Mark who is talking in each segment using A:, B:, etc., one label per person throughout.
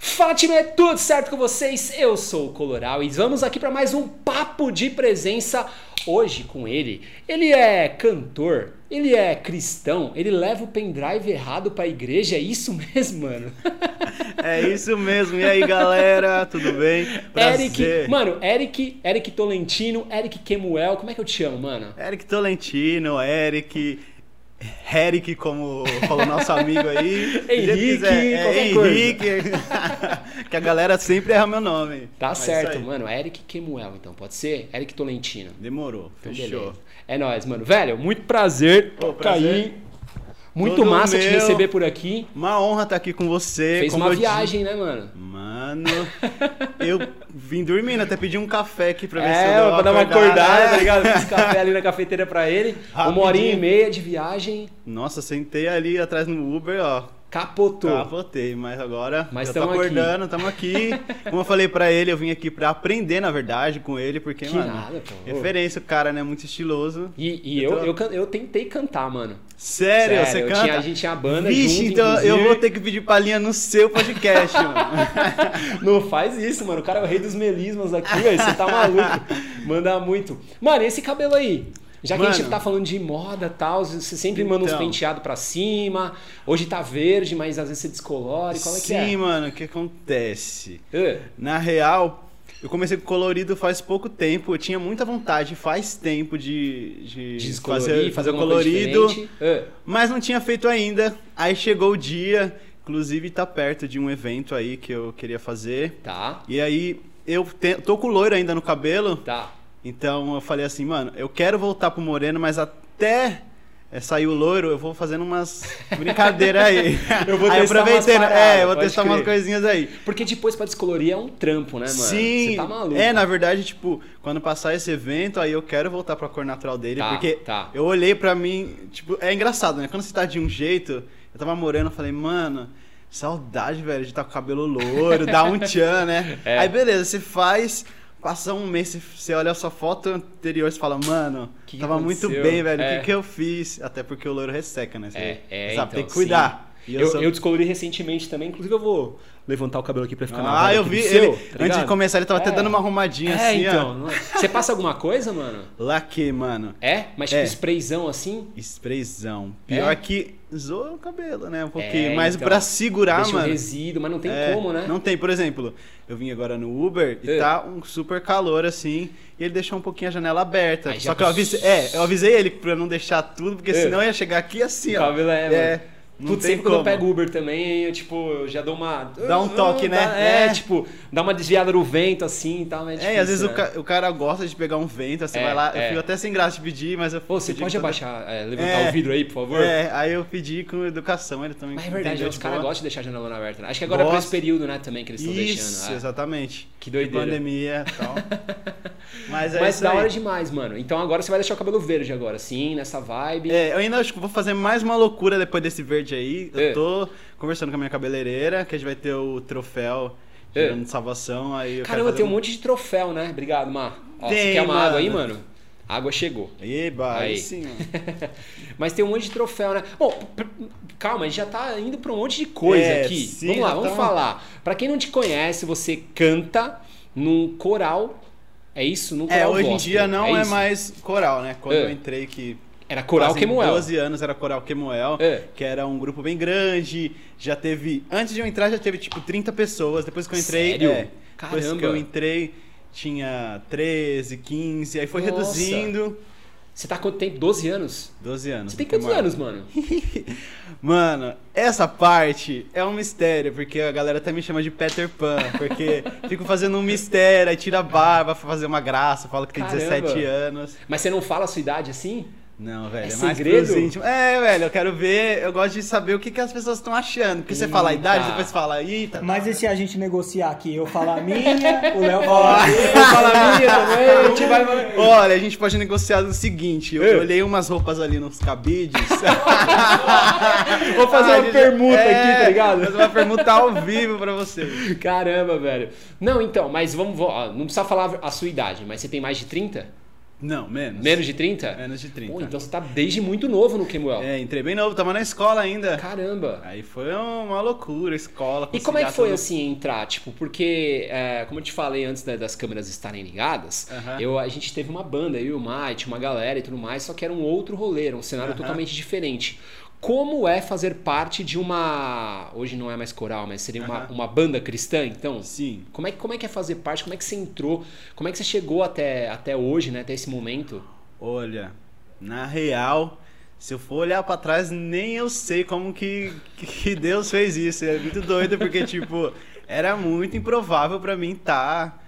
A: Fala time, é tudo certo com vocês? Eu sou o Coloral e vamos aqui para mais um Papo de Presença hoje com ele. Ele é cantor, ele é cristão, ele leva o pendrive errado para a igreja, é isso mesmo, mano?
B: É isso mesmo. E aí, galera, tudo bem?
A: Eric, mano, Eric, Eric Tolentino, Eric Kemuel, como é que eu te amo, mano?
B: Eric Tolentino, Eric. Eric, como falou nosso amigo aí.
A: Henrique,
B: Do jeito que quiser.
A: qualquer
B: é,
A: coisa.
B: Henrique. que a galera sempre erra meu nome.
A: Tá
B: Mas É isso
A: certo,
B: aí.
A: mano, Eric Kemuel então, pode ser? Eric Tolentino.
B: Demorou.
A: Então,
B: fechou.
A: beleza. É nóis, mano. Velho, muito prazer.
B: Pô,
A: Caí.
B: prazer.
A: Muito
B: Todo
A: massa te
B: meu.
A: receber por aqui.
B: Uma honra estar aqui com você.
A: Fez
B: como
A: uma
B: eu disse-
A: viagem, né, mano?
B: Mano, eu vim dormindo, até pedi um café aqui pra ver se eu
A: É,
B: dou
A: pra dar uma acordada, tá
B: É.
A: ligado? Fiz café ali na cafeteira pra ele. Uma
B: Rapidinho.
A: horinha e meia de viagem,
B: Nossa, sentei ali atrás no Uber, ó.
A: capotou.
B: Ah, votei, mas agora
A: Mas
B: já tô
A: tamo aqui.
B: acordando, estamos aqui. Como eu falei pra ele, eu vim aqui pra aprender, na verdade, com ele, porque,
A: Que
B: mano,
A: nada, pô. Então-
B: referência, o cara, né? Muito estiloso.
A: E, e
B: Eu
A: eu,
B: tô-
A: eu, can- eu tentei cantar, mano.
B: Sério,
A: Sério,
B: você
A: eu
B: canta?
A: tinha- a gente tinha a banda
B: Vixe,
A: junto,
B: então eu
A: inclusive.
B: vou ter que pedir palhinha no seu podcast, mano.
A: Não faz isso, mano. O cara é o rei dos melismas aqui, velho. Você tá maluco. Manda muito. Mano, esse cabelo aí. Já que a gente
B: Mano.
A: tá falando de moda e tal, você sempre manda uns
B: Então.
A: penteados pra cima. Hoje tá verde, mas às vezes você descolore. Qual é que
B: Sim,
A: é?
B: mano, o que acontece?
A: Sim,
B: Na real, eu comecei com colorido faz pouco tempo. Eu tinha muita vontade, faz tempo, de, de
A: Descolorir,
B: fazer,
A: fazer,
B: fazer
A: alguma coisa
B: colorido.
A: diferente. Ah.
B: Mas não tinha feito ainda. Aí chegou o dia, inclusive tá perto de um evento aí que eu queria fazer.
A: Tá,
B: E aí eu te- tô com loiro ainda no cabelo,
A: tá.
B: então eu falei assim, mano, eu quero voltar pro moreno, mas até eh, sair o loiro, eu vou fazendo umas brincadeiras aí.
A: Eu vou
B: aí
A: testar umas
B: aproveitando,
A: paradas,
B: é, eu vou
A: pode
B: testar umas
A: crer.
B: coisinhas aí.
A: Porque depois pra descolorir é um trampo, né, mano?
B: Sim,
A: Você tá maluco.
B: é, na verdade, tipo, quando passar esse evento, aí eu quero voltar pra cor natural dele,
A: Tá,
B: porque
A: tá.
B: eu olhei pra mim, tipo, é engraçado, né? Quando você tá de um jeito, eu tava morando, eu falei, mano, saudade, velho, de estar com o cabelo louro, dar um tchan, né?
A: É.
B: Aí, beleza, você faz, passa um mês, você- você olha a sua foto anterior e fala, mano,
A: Que que
B: tava muito
A: aconteceu?
B: bem, velho, o
A: É.
B: que, que eu fiz? Até porque o louro resseca, né? Você
A: É, é,
B: sabe,
A: então,
B: tem que cuidar.
A: sim.
B: E
A: Eu, eu,
B: sou-
A: descolori recentemente também, inclusive eu vou levantar o cabelo aqui pra ficar na
B: Ah,
A: roda
B: eu
A: aqui
B: vi,
A: do seu, tá
B: ele, antes de
A: ligado?
B: começar, ele tava até
A: É.
B: dando uma arrumadinha
A: É,
B: assim, ó.
A: então. não é? Você passa alguma coisa, mano?
B: Laque, mano.
A: É? Mas tipo
B: É.
A: sprayzão assim?
B: Sprayzão. Pior
A: É?
B: que zoa o cabelo, né? Um pouquinho.
A: É,
B: mas
A: então.
B: pra segurar,
A: Deixa um
B: mano.
A: resíduo, mas não tem
B: é,
A: como, né?
B: Não tem. Por exemplo, eu vim agora no Uber e
A: É.
B: tá um super calor assim. E ele deixou um pouquinho a janela aberta.
A: Aí já-
B: Só que eu avisei, é, eu avisei ele pra não deixar tudo, porque
A: É.
B: senão ia chegar aqui assim,
A: O
B: ó.
A: cabelo é, mano.
B: não
A: Putz,
B: tem
A: sempre
B: como.
A: quando eu pego Uber também, eu tipo, eu já dou uma.
B: Dá um toque, né?
A: Dá- É,
B: É.
A: tipo, dá uma desviada no vento assim e tal. mas É,
B: É, e
A: difícil,
B: às vezes
A: né?
B: o, ca- o cara gosta de pegar um vento, assim,
A: É,
B: vai lá.
A: é.
B: Eu fico até sem graça de pedir, mas eu.
A: Ô, você
B: pedi
A: pode
B: com toda-
A: abaixar, é, levantar
B: É.
A: o vidro aí, por favor?
B: É, aí eu pedi com educação, ele também.
A: Mas é verdade,
B: entendeu
A: os
B: de
A: caras
B: boa.
A: gostam de deixar a janela aberta. né? Acho que agora é pra esse
B: Gosta.
A: período, né, também que eles estão
B: Isso,
A: deixando. ah.
B: exatamente.
A: Que doideira.
B: De pandemia e tal. Mas é
A: Mas
B: isso
A: da
B: aí.
A: hora demais, mano. Então agora você vai deixar o cabelo verde agora, sim, nessa vibe.
B: É, eu ainda acho que vou fazer mais uma loucura depois desse verde aí.
A: É.
B: Eu tô conversando com a minha cabeleireira, que a gente vai ter o troféu
A: É.
B: girando de salvação. Aí eu
A: Caramba,
B: quero fazer
A: tem um monte de troféu, né? Obrigado, Mar. Ó, você
B: Tem,
A: quer uma água aí,
B: mano.
A: mano? A água chegou.
B: Eba, aí
A: Aí.
B: sim. ó.
A: Mas tem um monte de troféu, né? Bom, pr- pr- calma, a gente já tá indo pra um monte de coisa
B: É,
A: aqui.
B: sim,
A: vamos lá,
B: já
A: vamos
B: tá.
A: falar. Pra quem não te conhece, você canta num coral. É isso? Num coral
B: É, hoje em
A: gospel,
B: dia não é,
A: isso?
B: mais coral, né? Quando
A: É.
B: eu entrei que...
A: Era coral
B: fazem
A: Kemuel.
B: 12 anos era Coral Quemuel,
A: É.
B: que era um grupo bem grande, já teve... Antes de eu entrar já teve, tipo, 30 pessoas, depois que eu entrei...
A: Sério?
B: É, Depois que
A: Caramba.
B: eu entrei tinha 13, 15, aí foi
A: Nossa.
B: reduzindo...
A: Você tá há quanto tempo? 12 anos?
B: 12 anos.
A: Você tem quantos
B: Quemuel.
A: anos, mano?
B: Mano, essa parte é um mistério, porque a galera até me chama de Peter Pan, porque fico fazendo um mistério, aí tira a barba, pra fazer uma graça, fala que tem
A: Caramba.
B: 17 anos.
A: Mas você não fala a sua idade assim?
B: Não, velho,
A: É
B: é, mais
A: segredo?
B: pros íntimos. É, velho, eu quero ver, eu gosto de saber o que, que as pessoas estão achando, porque você fala a idade,
A: Eita.
B: depois fala, eita...
C: Mas e se a gente negociar aqui? Eu falar a minha, o Léo falar a dele.
A: Eu falo a minha também, a gente vai- vai-
B: Olha, a gente pode negociar o seguinte, eu
A: É.
B: olhei umas roupas ali nos cabides...
A: Vou fazer
B: Ah,
A: uma
B: ele-
A: permuta aqui,
B: é,
A: tá ligado?
B: Fazer uma permuta ao vivo pra você.
A: Caramba, velho. Não, então, mas vamos. vo- ó, Não precisa falar a sua idade, mas você tem mais de 30?
B: Não, menos.
A: Menos de 30?
B: Menos de 30.
A: Pô, então você tá desde muito novo no Kemuel.
B: É, entrei bem novo, tava na escola ainda.
A: Caramba.
B: Aí foi uma loucura, escola.
A: E como é
B: conciliar
A: que foi
B: tudo.
A: assim entrar? Tipo, porque, é, como eu te falei antes né, das câmeras estarem ligadas,
B: Aham.
A: eu, a gente teve uma banda, eu e o Mike, uma galera e tudo mais, só que era um outro rolê, era um cenário
B: Aham.
A: totalmente diferente. Como é fazer parte de uma. Hoje não é mais coral, mas seria uma,
B: Aham.
A: uma banda cristã, então?
B: Sim.
A: Como é, que- como é que é fazer parte? Como é que você entrou? Como é que você chegou até, até hoje, né? Até esse momento?
B: Olha, na real, se eu for olhar pra trás, nem eu sei como que, que Deus fez isso. É muito doido, porque, tipo, era muito improvável pra mim estar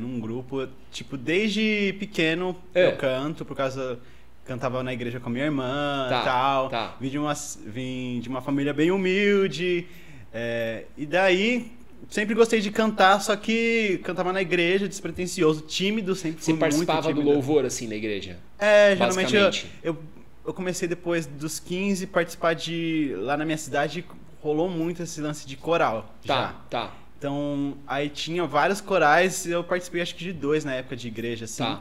B: num grupo. Tipo, desde pequeno
A: É.
B: eu canto, por causa. Cantava na igreja com a minha irmã
A: Tá,
B: e tal.
A: tá.
B: Vim, de uma, vim de uma família bem humilde. é, e daí. Sempre gostei de cantar, só que cantava na igreja, despretensioso, tímido, sempre
A: Você
B: fui
A: participava
B: muito
A: do
B: tímido.
A: louvor, assim, na igreja?
B: É, geralmente eu,
A: Basicamente.
B: eu, eu comecei depois dos 15 participar de. Lá na minha cidade rolou muito esse lance de coral. já.
A: Tá, tá,
B: Então, aí tinha vários corais, eu participei acho que de dois na época de igreja, assim.
A: tá.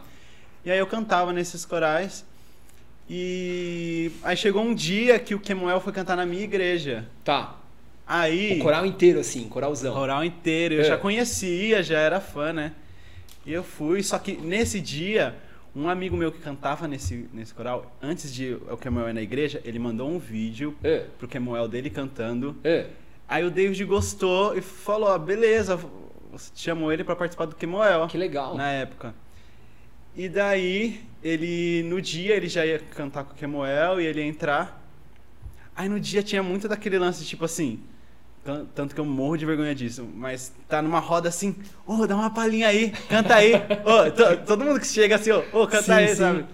B: E aí eu cantava nesses corais. E aí chegou um dia que o Kemuel foi cantar na minha igreja.
A: Tá.
B: Aí.
A: O coral inteiro, assim, coralzão.
B: Coral inteiro. Eu
A: É.
B: já conhecia, já era fã, né? E eu fui, só que nesse dia, um amigo meu que cantava nesse, nesse coral, antes de o Kemuel ir na igreja, ele mandou um vídeo
A: É,
B: pro Kemuel dele cantando.
A: é.
B: Aí o David gostou e falou, ah, beleza, chamou ele pra participar do Kemuel
A: Que legal.
B: na época. E daí, ele no dia ele já ia cantar com o Kemuel e ele ia entrar. Aí no dia tinha muito daquele lance tipo assim, tan- tanto que eu morro de vergonha disso, mas tá numa roda assim, ô, dá uma palhinha aí, canta aí. Ô, to- todo mundo que chega assim, ô, ô, canta
A: Sim,
B: aí,
A: sim.
B: sabe?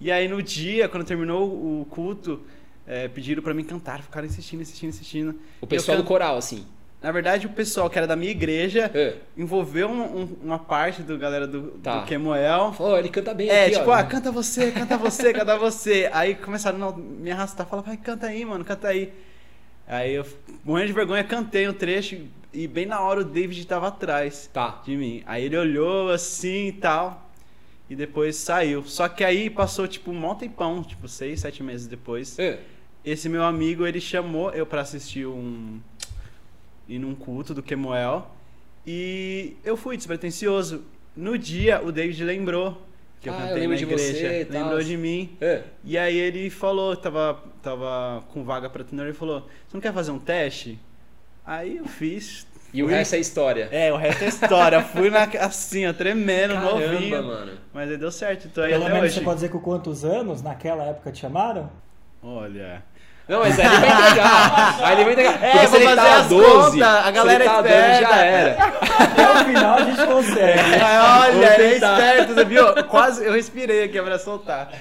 B: E aí no dia, quando terminou o culto, eh, pediram pra mim cantar, ficaram insistindo, insistindo, insistindo.
A: O pessoal
B: Eu
A: do
B: can-
A: coral, assim.
B: Na verdade, o pessoal que era da minha igreja
A: É.
B: envolveu um- um- uma parte do galera do,
A: Tá.
B: do Kemuel.
A: Falou, ó, ele canta bem
B: É,
A: aqui,
B: tipo,
A: ó.
B: ah, canta você, canta você, canta você. Aí começaram a me arrastar, falar, vai, canta aí, mano, canta aí. Aí eu, morrendo de vergonha, cantei um trecho e bem na hora o David tava atrás
A: Tá.
B: de mim. Aí ele olhou assim e tal, e depois saiu. Só que aí passou, tipo, um mó tempão, tipo, seis, sete meses depois.
A: É.
B: Esse meu amigo, ele chamou eu pra assistir um. ir num culto do Kemuel. E eu fui despretensioso. No dia, o David lembrou que eu
A: Ah, eu
B: cantei
A: lembro
B: na
A: de
B: igreja.
A: você e tal.
B: lembrou de mim.
A: É.
B: E aí ele falou, tava, tava com vaga pra tenor, ele falou: Você não quer fazer um teste? Aí eu fiz.
A: E o
B: Fui-
A: resto é história.
B: É, o resto é história. Fui na, assim, ó, tremendo,
A: Caramba,
B: novinho.
A: mano.
B: Mas aí deu certo, tô aí
C: Pelo
B: até
C: menos
B: hoje.
C: você pode dizer com quantos anos naquela época te chamaram?
B: Olha.
A: Não, mas aí ele vai entregar. Aí ele vai entregar.
B: É,
A: Porque se
B: vou
A: ele
B: fazer
A: tá a
B: as
A: 12,
B: contas, a
A: se ele
B: galera
A: tá a 12,
B: espera.
A: já era.
C: Até o final a gente consegue.
B: Ah,
A: Vou
B: Olha, é
A: tentar.
B: esperto, você viu? Quase eu respirei aqui pra soltar.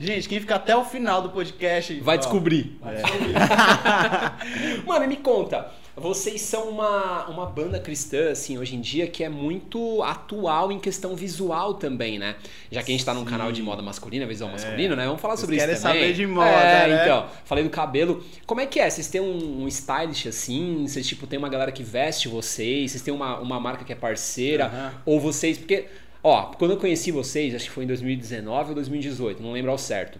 B: Gente, quem fica até o final do podcast.
A: Vai
B: ó,
A: descobrir. É. Mano, e me conta, vocês são uma, uma banda cristã, assim, hoje em dia, que é muito atual em questão visual também, né? Já que a gente tá num canal de moda masculina, visual masculino, né? Vamos falar
B: É. Vocês
A: sobre isso
B: querem
A: também.
B: saber de moda,
A: é,
B: né?
A: então. Falei do cabelo. Como é que é? Vocês têm um, um stylist assim? Vocês, tipo, tem uma galera que veste vocês? Vocês têm uma, uma marca que é parceira?
B: Aham.
A: Ou vocês... Porque, ó, quando eu conheci vocês, acho que foi em 2019 ou 2018, não lembro ao certo.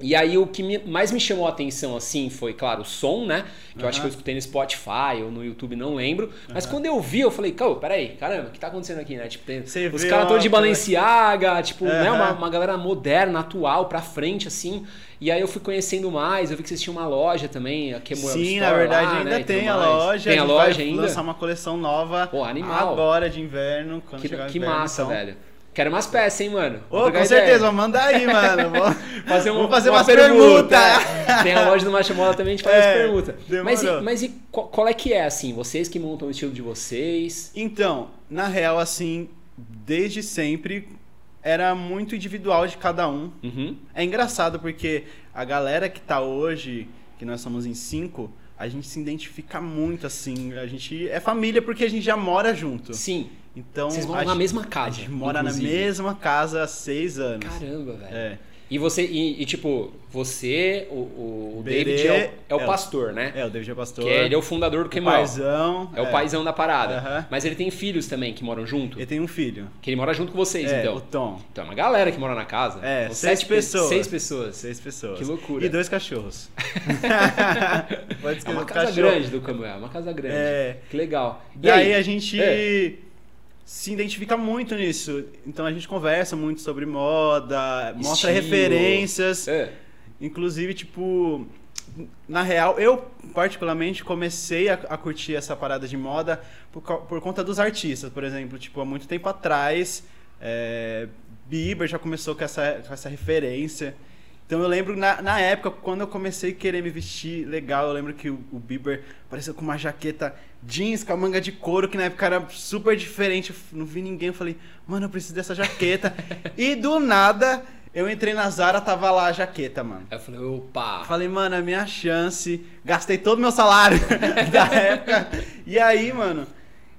A: E aí o que me- mais me chamou a atenção assim foi, claro, o som, né? Que eu acho que eu escutei no Spotify ou no YouTube, não lembro. Mas quando eu vi, eu falei, "Cau, peraí, caramba, o que tá acontecendo aqui, né? Tipo, tem
B: Você
A: os
B: vê
A: caras
B: uma-
A: todos de Balenciaga, tipo, né?
B: Aham.
A: Uma, uma galera moderna, atual, pra frente, assim. E aí eu fui conhecendo mais, eu vi que vocês tinham uma loja também, a Kemuel
B: Sim,
A: Store
B: na verdade
A: lá,
B: ainda
A: né, e tudo
B: tem a
A: mais.
B: loja.
A: Tem a
B: gente
A: loja
B: vai
A: ainda?
B: lançar uma coleção nova.
A: Pô, animal.
B: Agora de inverno, quando
A: Que,
B: chegar o
A: que
B: inverno,
A: massa,
B: então.
A: velho. Quero umas peças, hein, mano? Vou
B: Ô,
A: trocar
B: com
A: ideia.
B: certeza, manda aí, mano. Vamos
A: fazer, um,
B: Vamos fazer
A: uma
B: umas perguntas.
A: permuta. Tem a loja do Machamola também, a gente faz
B: É,
A: pergunta. Mas, e,
B: demorou.
A: mas e qual, qual é que é, assim? Vocês que montam o estilo de vocês?
B: Então, na real, assim, desde sempre era muito individual de cada um.
A: Uhum.
B: É engraçado porque a galera que tá hoje, que nós somos em cinco, a gente se identifica muito, assim. A gente é família porque a gente já mora junto.
A: Sim,
B: Então.
A: vocês moram
B: a
A: na
B: gente-
A: mesma
B: A
A: casa.
B: gente mora
A: inclusive.
B: na mesma casa há seis anos.
A: Caramba, velho.
B: É.
A: E você, e, e, tipo, você, o, o
B: Berê
A: David é o, é o
B: é o-
A: pastor, né?
B: É, o David é pastor.
A: Que é- ele é o fundador do
B: o
A: Kemal.
B: paizão.
A: É o paizão da parada.
B: Aham.
A: Mas ele tem filhos também que moram junto.
B: Ele tem um filho.
A: Que ele mora junto com vocês,
B: é,
A: então.
B: o Tom.
A: Então é uma galera que mora na casa.
B: É,
A: São
B: seis
A: sete pe-
B: pessoas.
A: Seis pessoas.
B: Seis pessoas.
A: Que loucura.
B: E dois cachorros. Pode
A: É
B: escrever
A: uma
B: o
A: casa
B: cachorro.
A: grande do Camuel, é uma casa grande.
B: É.
A: Que legal. E
B: Daí
A: aí? É.
B: a gente se identifica muito nisso. Então a gente conversa muito sobre moda, mostra
A: Estilo.
B: referências.
A: É.
B: Inclusive, tipo, na real, eu particularmente comecei a, a curtir essa parada de moda por, cau- por conta dos artistas, por exemplo. Tipo, há muito tempo atrás, é, Bieber já começou com essa, com essa referência. Então eu lembro, na, na época, quando eu comecei a querer me vestir legal, eu lembro que o, o Bieber apareceu com uma jaqueta jeans com a manga de couro, que na época era super diferente. Eu não vi ninguém, eu falei, mano, eu preciso dessa jaqueta. e do nada, eu entrei na Zara, tava lá a jaqueta, mano.
A: Aí eu falei, opa.
B: Falei, mano, é minha chance. Gastei todo o meu salário da época. E aí, mano,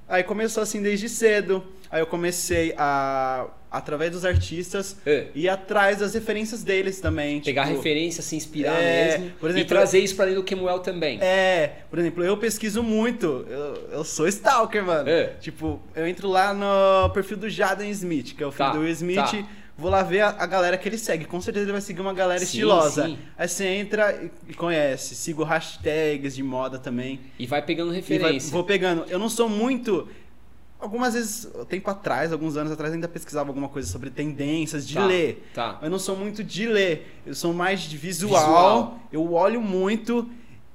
B: aí começou assim desde cedo. Aí eu comecei a, através dos artistas,
A: É.
B: ir atrás das referências deles também.
A: Pegar
B: tipo,
A: referência, se inspirar
B: é,
A: mesmo.
B: por exemplo,
A: e trazer isso pra dentro do Kemuel também.
B: É, por exemplo, eu pesquiso muito. Eu, eu sou stalker, mano.
A: É.
B: Tipo, eu entro lá no perfil do Jaden Smith, que é o filho
A: Tá,
B: do Will Smith.
A: tá.
B: Vou lá ver a, a galera que ele segue. Com certeza ele vai seguir uma galera
A: Sim,
B: estilosa.
A: sim.
B: Aí você entra e- e conhece. Sigo hashtags de moda também.
A: E vai pegando
B: E vai-
A: referência.
B: vou pegando. Eu não sou muito. Algumas vezes, um tempo atrás, alguns anos atrás, eu ainda pesquisava alguma coisa sobre tendências de
A: Tá,
B: ler.
A: Tá.
B: Eu não sou muito de ler, eu sou mais de visual,
A: Visual.
B: eu olho muito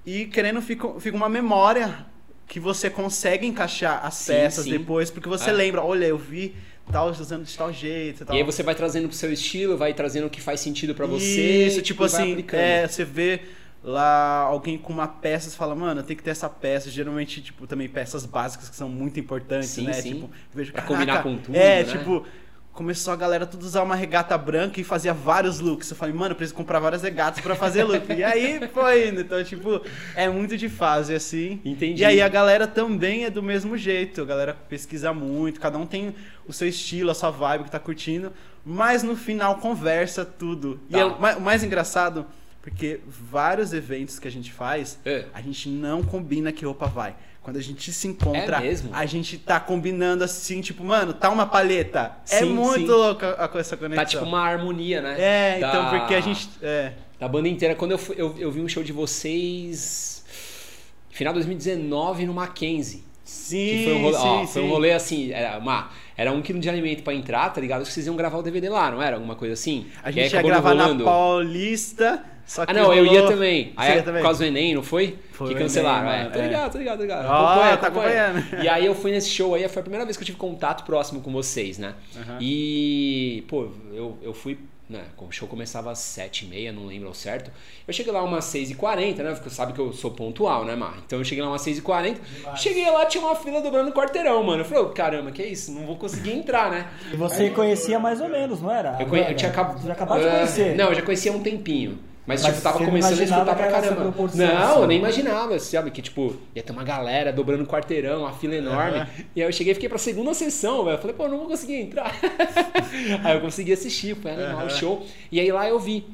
B: e querendo fica, fica uma memória que você consegue encaixar as
A: Sim,
B: peças
A: sim.
B: depois, porque você
A: É.
B: lembra, olha, eu vi tal usando de tal jeito e tal.
A: E é aí você vai trazendo pro seu estilo, vai trazendo o que faz sentido pra você.
B: Isso, tipo
A: e vai
B: assim,
A: aplicando.
B: é, você vê lá alguém com uma peça, você fala, mano, tem que ter essa peça. Geralmente, tipo, também peças básicas que são muito importantes,
A: Sim,
B: né?
A: sim.
B: Tipo, vejo,
A: Pra
B: caraca,
A: combinar com tudo,
B: É,
A: né?
B: tipo, começou a galera tudo usar uma regata branca e fazia vários looks. Eu falei, mano, eu preciso comprar várias regatas pra fazer look. e aí foi indo. Então, tipo, é muito de fase, assim.
A: Entendi.
B: E aí a galera também é do mesmo jeito. A galera pesquisa muito, cada um tem o seu estilo, a sua vibe que tá curtindo. Mas no final conversa tudo. E
A: Tá.
B: é o ma- o mais engraçado, porque vários eventos que a gente faz,
A: É.
B: a gente não combina que roupa vai. Quando a gente se encontra,
A: É mesmo?
B: a gente tá combinando assim, tipo, mano, tá uma paleta. é
A: Sim,
B: muito
A: sim.
B: louca a- a- essa
A: Tá
B: conexão.
A: tipo uma harmonia, né?
B: É,
A: Da-
B: então porque a gente. É.
A: Da banda inteira. Quando eu, fui- eu, eu vi um show de vocês. Final de 2019 no Mackenzie.
B: Sim,
A: Que foi um rolê,
B: sim,
A: ó,
B: sim.
A: foi um rolê assim, era, uma, era um quilo de alimento pra entrar, tá ligado? Acho que vocês iam gravar o DVD lá, não era? Alguma coisa assim?
B: A
A: E aí
B: gente ia
A: acabou não
B: gravar na
A: rolando.
B: Paulista, só que
A: Ah, não, eu
B: rolou-
A: ia também.
B: Você
A: Aí,
B: ia também?
A: por causa do Enem, não foi?
B: Foi o
A: que
B: Enem,
A: cancelaram, é.
B: mano,
A: Tô
B: é.
A: ligado, tô ligado, tô ligado.
B: Ó,
A: Acompanha,
B: tá
A: acompanha.
B: acompanhando.
A: E aí eu fui nesse show aí, foi a primeira vez que eu tive contato próximo com vocês, né?
B: Aham.
A: E, pô, eu, eu fui. Né, o show começava às 7h30, não lembro ao certo. Eu cheguei lá umas 6h40, né? Porque sabe que eu sou pontual, né, Mar? Então eu cheguei lá umas 6h40. Cheguei lá, tinha uma fila dobrando o quarteirão, mano. Eu falei, "Ô, caramba, que isso? Não vou conseguir entrar, né?
C: E você conhecia mais ou menos, não era?
A: Eu, conhe...
C: Agora,
A: eu tinha acabado.
C: Ah, Você já acabou de
A: Ah,
C: conhecer.
A: Não, eu já conhecia há um tempinho. Mas,
C: Mas
A: tipo, tava
C: você não
A: começando a escutar
C: imaginava
A: pra
C: que era essa
A: caramba.
C: proporção,
A: Não,
C: assim.
A: eu nem imaginava, sabe? Que, tipo, ia ter uma galera dobrando o quarteirão, uma fila enorme. E aí eu cheguei e fiquei pra segunda sessão, velho. Eu Falei, pô, eu não vou conseguir entrar. aí eu consegui assistir, foi animal o show. E aí lá eu vi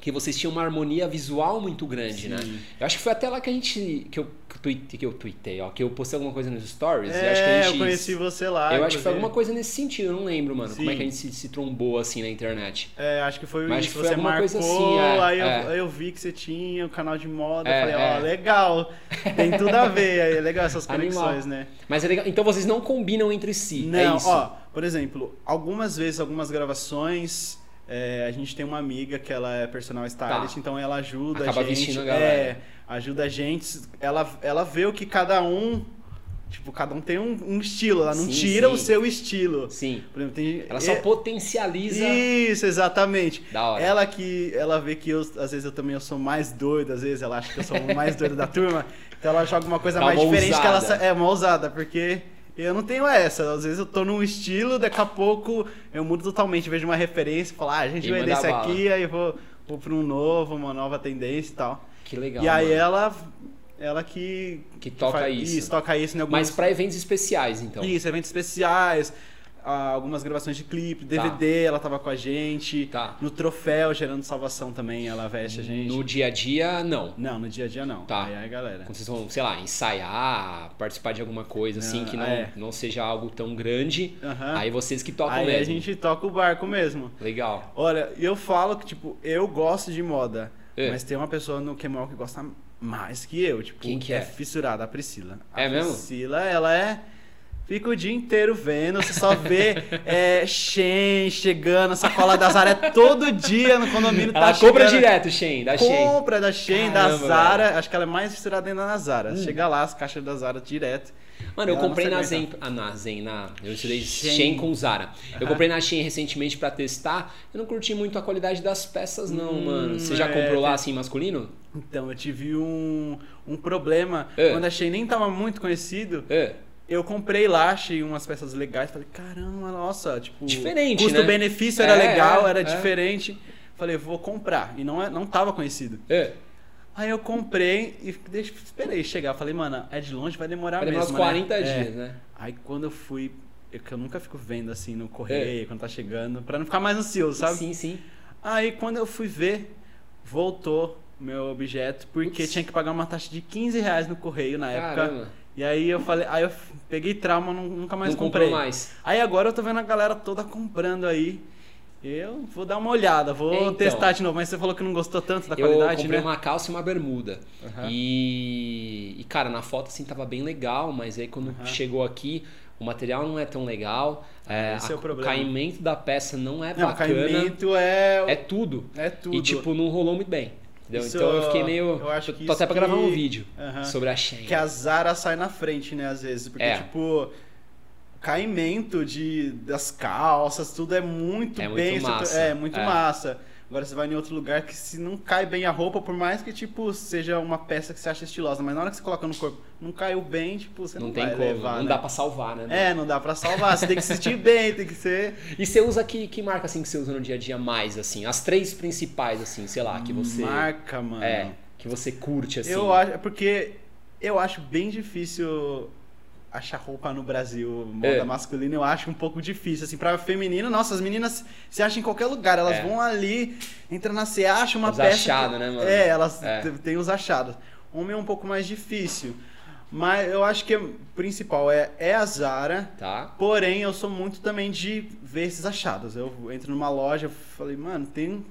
A: que vocês tinham uma harmonia visual muito grande, né? Eu acho que foi até lá que a gente. que eu que eu tuitei, que eu tuitei, ó. Que eu postei alguma coisa nos stories. e
B: É,
A: acho que a gente
B: eu conheci você lá.
A: eu acho que foi
B: inclusive.
A: alguma coisa nesse sentido, eu não lembro, mano. Como é
B: é. Sim.
A: que a gente se, se trombou assim na internet?
B: É, acho que foi
A: Mas
B: isso.
A: foi
B: você
A: alguma
B: marcou,
A: coisa assim, é,
B: aí, eu,
A: é.
B: aí eu vi que você tinha o canal de moda. eu
A: É,
B: falei, ó,
A: é.
B: legal. Tem tudo a ver. aí É legal essas
A: Animal.
B: conexões, né?
A: Mas é legal. Então vocês não combinam entre si. é
B: Não,
A: isso.
B: ó, por exemplo, algumas vezes, algumas gravações, é, a gente tem uma amiga que ela é personal stylist, então ela
A: Tá.
B: ajuda
A: Acaba
B: a gente.
A: vestindo a galera.
B: É, ajuda a gente. Ela, ela vê o que cada um. Tipo, cada um tem um, um estilo, ela não
A: Sim,
B: tira o
A: sim.
B: seu estilo.
A: Sim.
B: Por exemplo, tem,
A: Ela só
B: é-
A: potencializa.
B: Isso, exatamente.
A: Da hora.
B: Ela que ela vê que eu, às vezes eu também eu sou mais doido, às vezes ela acha que eu sou o mais doido da turma, então ela joga uma coisa
A: Dá
B: mais
A: uma
B: diferente que ela
A: Tá ousada.
B: sa- é uma ousada, porque eu não tenho essa. Às vezes eu tô num estilo, daqui a pouco eu mudo totalmente, vejo uma referência, falo, ah, a gente
A: E
B: vai
A: manda
B: desse
A: bala.
B: aqui, aí eu vou, vou pra um novo, uma nova tendência e tal.
A: Que legal.
B: é- e aí
A: mano.
B: ela ela que
A: Que toca
B: faz-
A: isso.
B: toca isso em alguns
A: Mas pra eventos especiais, então.
B: isso, eventos especiais. ah, algumas gravações de clipe, DVD, ela tava com a gente.
A: Tá.
B: No troféu, gerando salvação também, ela veste a gente.
A: No dia a dia, não.
B: Não, no dia a dia não.
A: Tá.
B: Aí, aí galera.
A: Quando vocês vão, sei lá, ensaiar, participar de alguma coisa assim,
B: Ah,
A: que não,
B: é.
A: não seja algo tão grande,
B: Aham.
A: aí vocês que tocam
B: Aí
A: mesmo.
B: a gente toca o barco mesmo.
A: Legal.
B: Olha, eu falo que, tipo, eu gosto de moda.
A: É.
B: Mas tem uma pessoa no Kemal que gosta mais que eu. Tipo,
A: Quem que é?
B: fissurada, a Priscila. A
A: É mesmo?
B: Priscila, ela é. Fica o dia inteiro vendo, você só vê é, Shein chegando, sacola da Zara é todo dia no condomínio.
A: Ela
B: tá
A: compra
B: chegando,
A: direto, Shen, da Shen.
B: compra da Shein, da
A: Caramba, Hum.
B: Zara. Acho que ela é mais fissurada ainda na Zara. Chega lá, as caixas da Zara direto.
A: Mano, eu
B: Ela não
A: comprei
B: se
A: na Zen.
B: aguenta.
A: Ah, na Zen, na. Eu estudei
B: Shein.
A: Shen com Zara. Eu comprei na Shen recentemente pra testar. Eu não curti muito a qualidade das peças, não, mano. Você já
B: é,
A: comprou lá
B: tem-
A: assim, masculino?
B: Então, eu tive um, um problema.
A: É.
B: Quando a Shein nem tava muito conhecido,
A: É.
B: eu comprei lá, achei umas peças legais. Falei, caramba, nossa, tipo...
A: Diferente, né?
B: Custo-benefício era
A: É,
B: legal,
A: é,
B: era
A: é.
B: diferente. Falei, vou comprar. E não, é- não tava conhecido.
A: É.
B: Aí eu comprei e deixa, esperei chegar. Falei, mano, é de longe, vai demorar
A: Vai demorar
B: mesmo,
A: uns 40
B: né? É.
A: dias, né?
B: Aí quando eu fui... Eu, que eu nunca fico vendo assim no correio, quando tá chegando, pra não ficar mais ansioso, sabe?
A: É. Sim, sim.
B: Aí quando eu fui ver, voltou meu objeto, porque
A: Putz.
B: tinha que pagar uma taxa de 15 reais no correio na época.
A: Caramba.
B: E aí eu falei, aí eu f- peguei trauma, nu- nunca mais
A: não
B: comprei.
A: comprou mais.
B: Aí agora eu tô vendo a galera toda comprando aí. Eu vou dar uma olhada, vou
A: Então.
B: testar de novo. Mas você falou que não gostou tanto da
A: eu
B: qualidade,
A: comprei
B: né?
A: uma calça e uma bermuda.
B: Aham.
A: E, e, cara, na foto assim tava bem legal, mas aí quando chegou aqui, o material não é tão legal. É,
B: Esse é
A: a-
B: o problema.
A: caimento da peça não é
B: Não,
A: bacana.
B: caimento é,
A: É
B: é,
A: tudo.
B: tudo.
A: E tipo, não rolou muito bem. Entendeu?
B: Isso,
A: então eu fiquei meio.
B: eu acho que
A: tô até
B: isso
A: pra gravar um
B: que-
A: vídeo
B: Aham.
A: sobre a Shein.
B: que a Zara sai na frente, né, às vezes. Porque,
A: É.
B: tipo, caimento de, das calças, tudo é muito
A: É muito
B: bem. estrutu-
A: massa.
B: É, muito
A: É.
B: massa. Agora você vai em outro lugar que se não cai bem a roupa, por mais que, tipo, seja uma peça que você acha estilosa, mas na hora que você coloca no corpo, não caiu bem, tipo, você não,
A: não, tem
B: vai
A: como.
B: levar,
A: não
B: né?
A: dá pra salvar, né?
B: É, não dá pra salvar. Você tem que se sentir bem, tem que ser.
A: E você usa que, que marca assim que você usa no dia a dia mais, assim? As três principais, assim, sei lá, que você.
B: Marca, mano.
A: É, que você curte, assim.
B: Eu acho, é porque eu acho bem difícil achar roupa no Brasil, moda
A: É.
B: masculina, eu acho um pouco difícil. Assim, pra feminino, nossa, as meninas se acham em qualquer lugar, elas
A: É.
B: vão ali, entra na C, acha uma
A: Os
B: peça.
A: achados, né, mano?
B: É, elas
A: É.
B: t- têm os achados. Homem é um pouco mais difícil. Mas eu acho que o principal é, é a Zara.
A: Tá?
B: Porém, eu sou muito também de ver esses achados. Eu entro numa loja, falei, mano, tem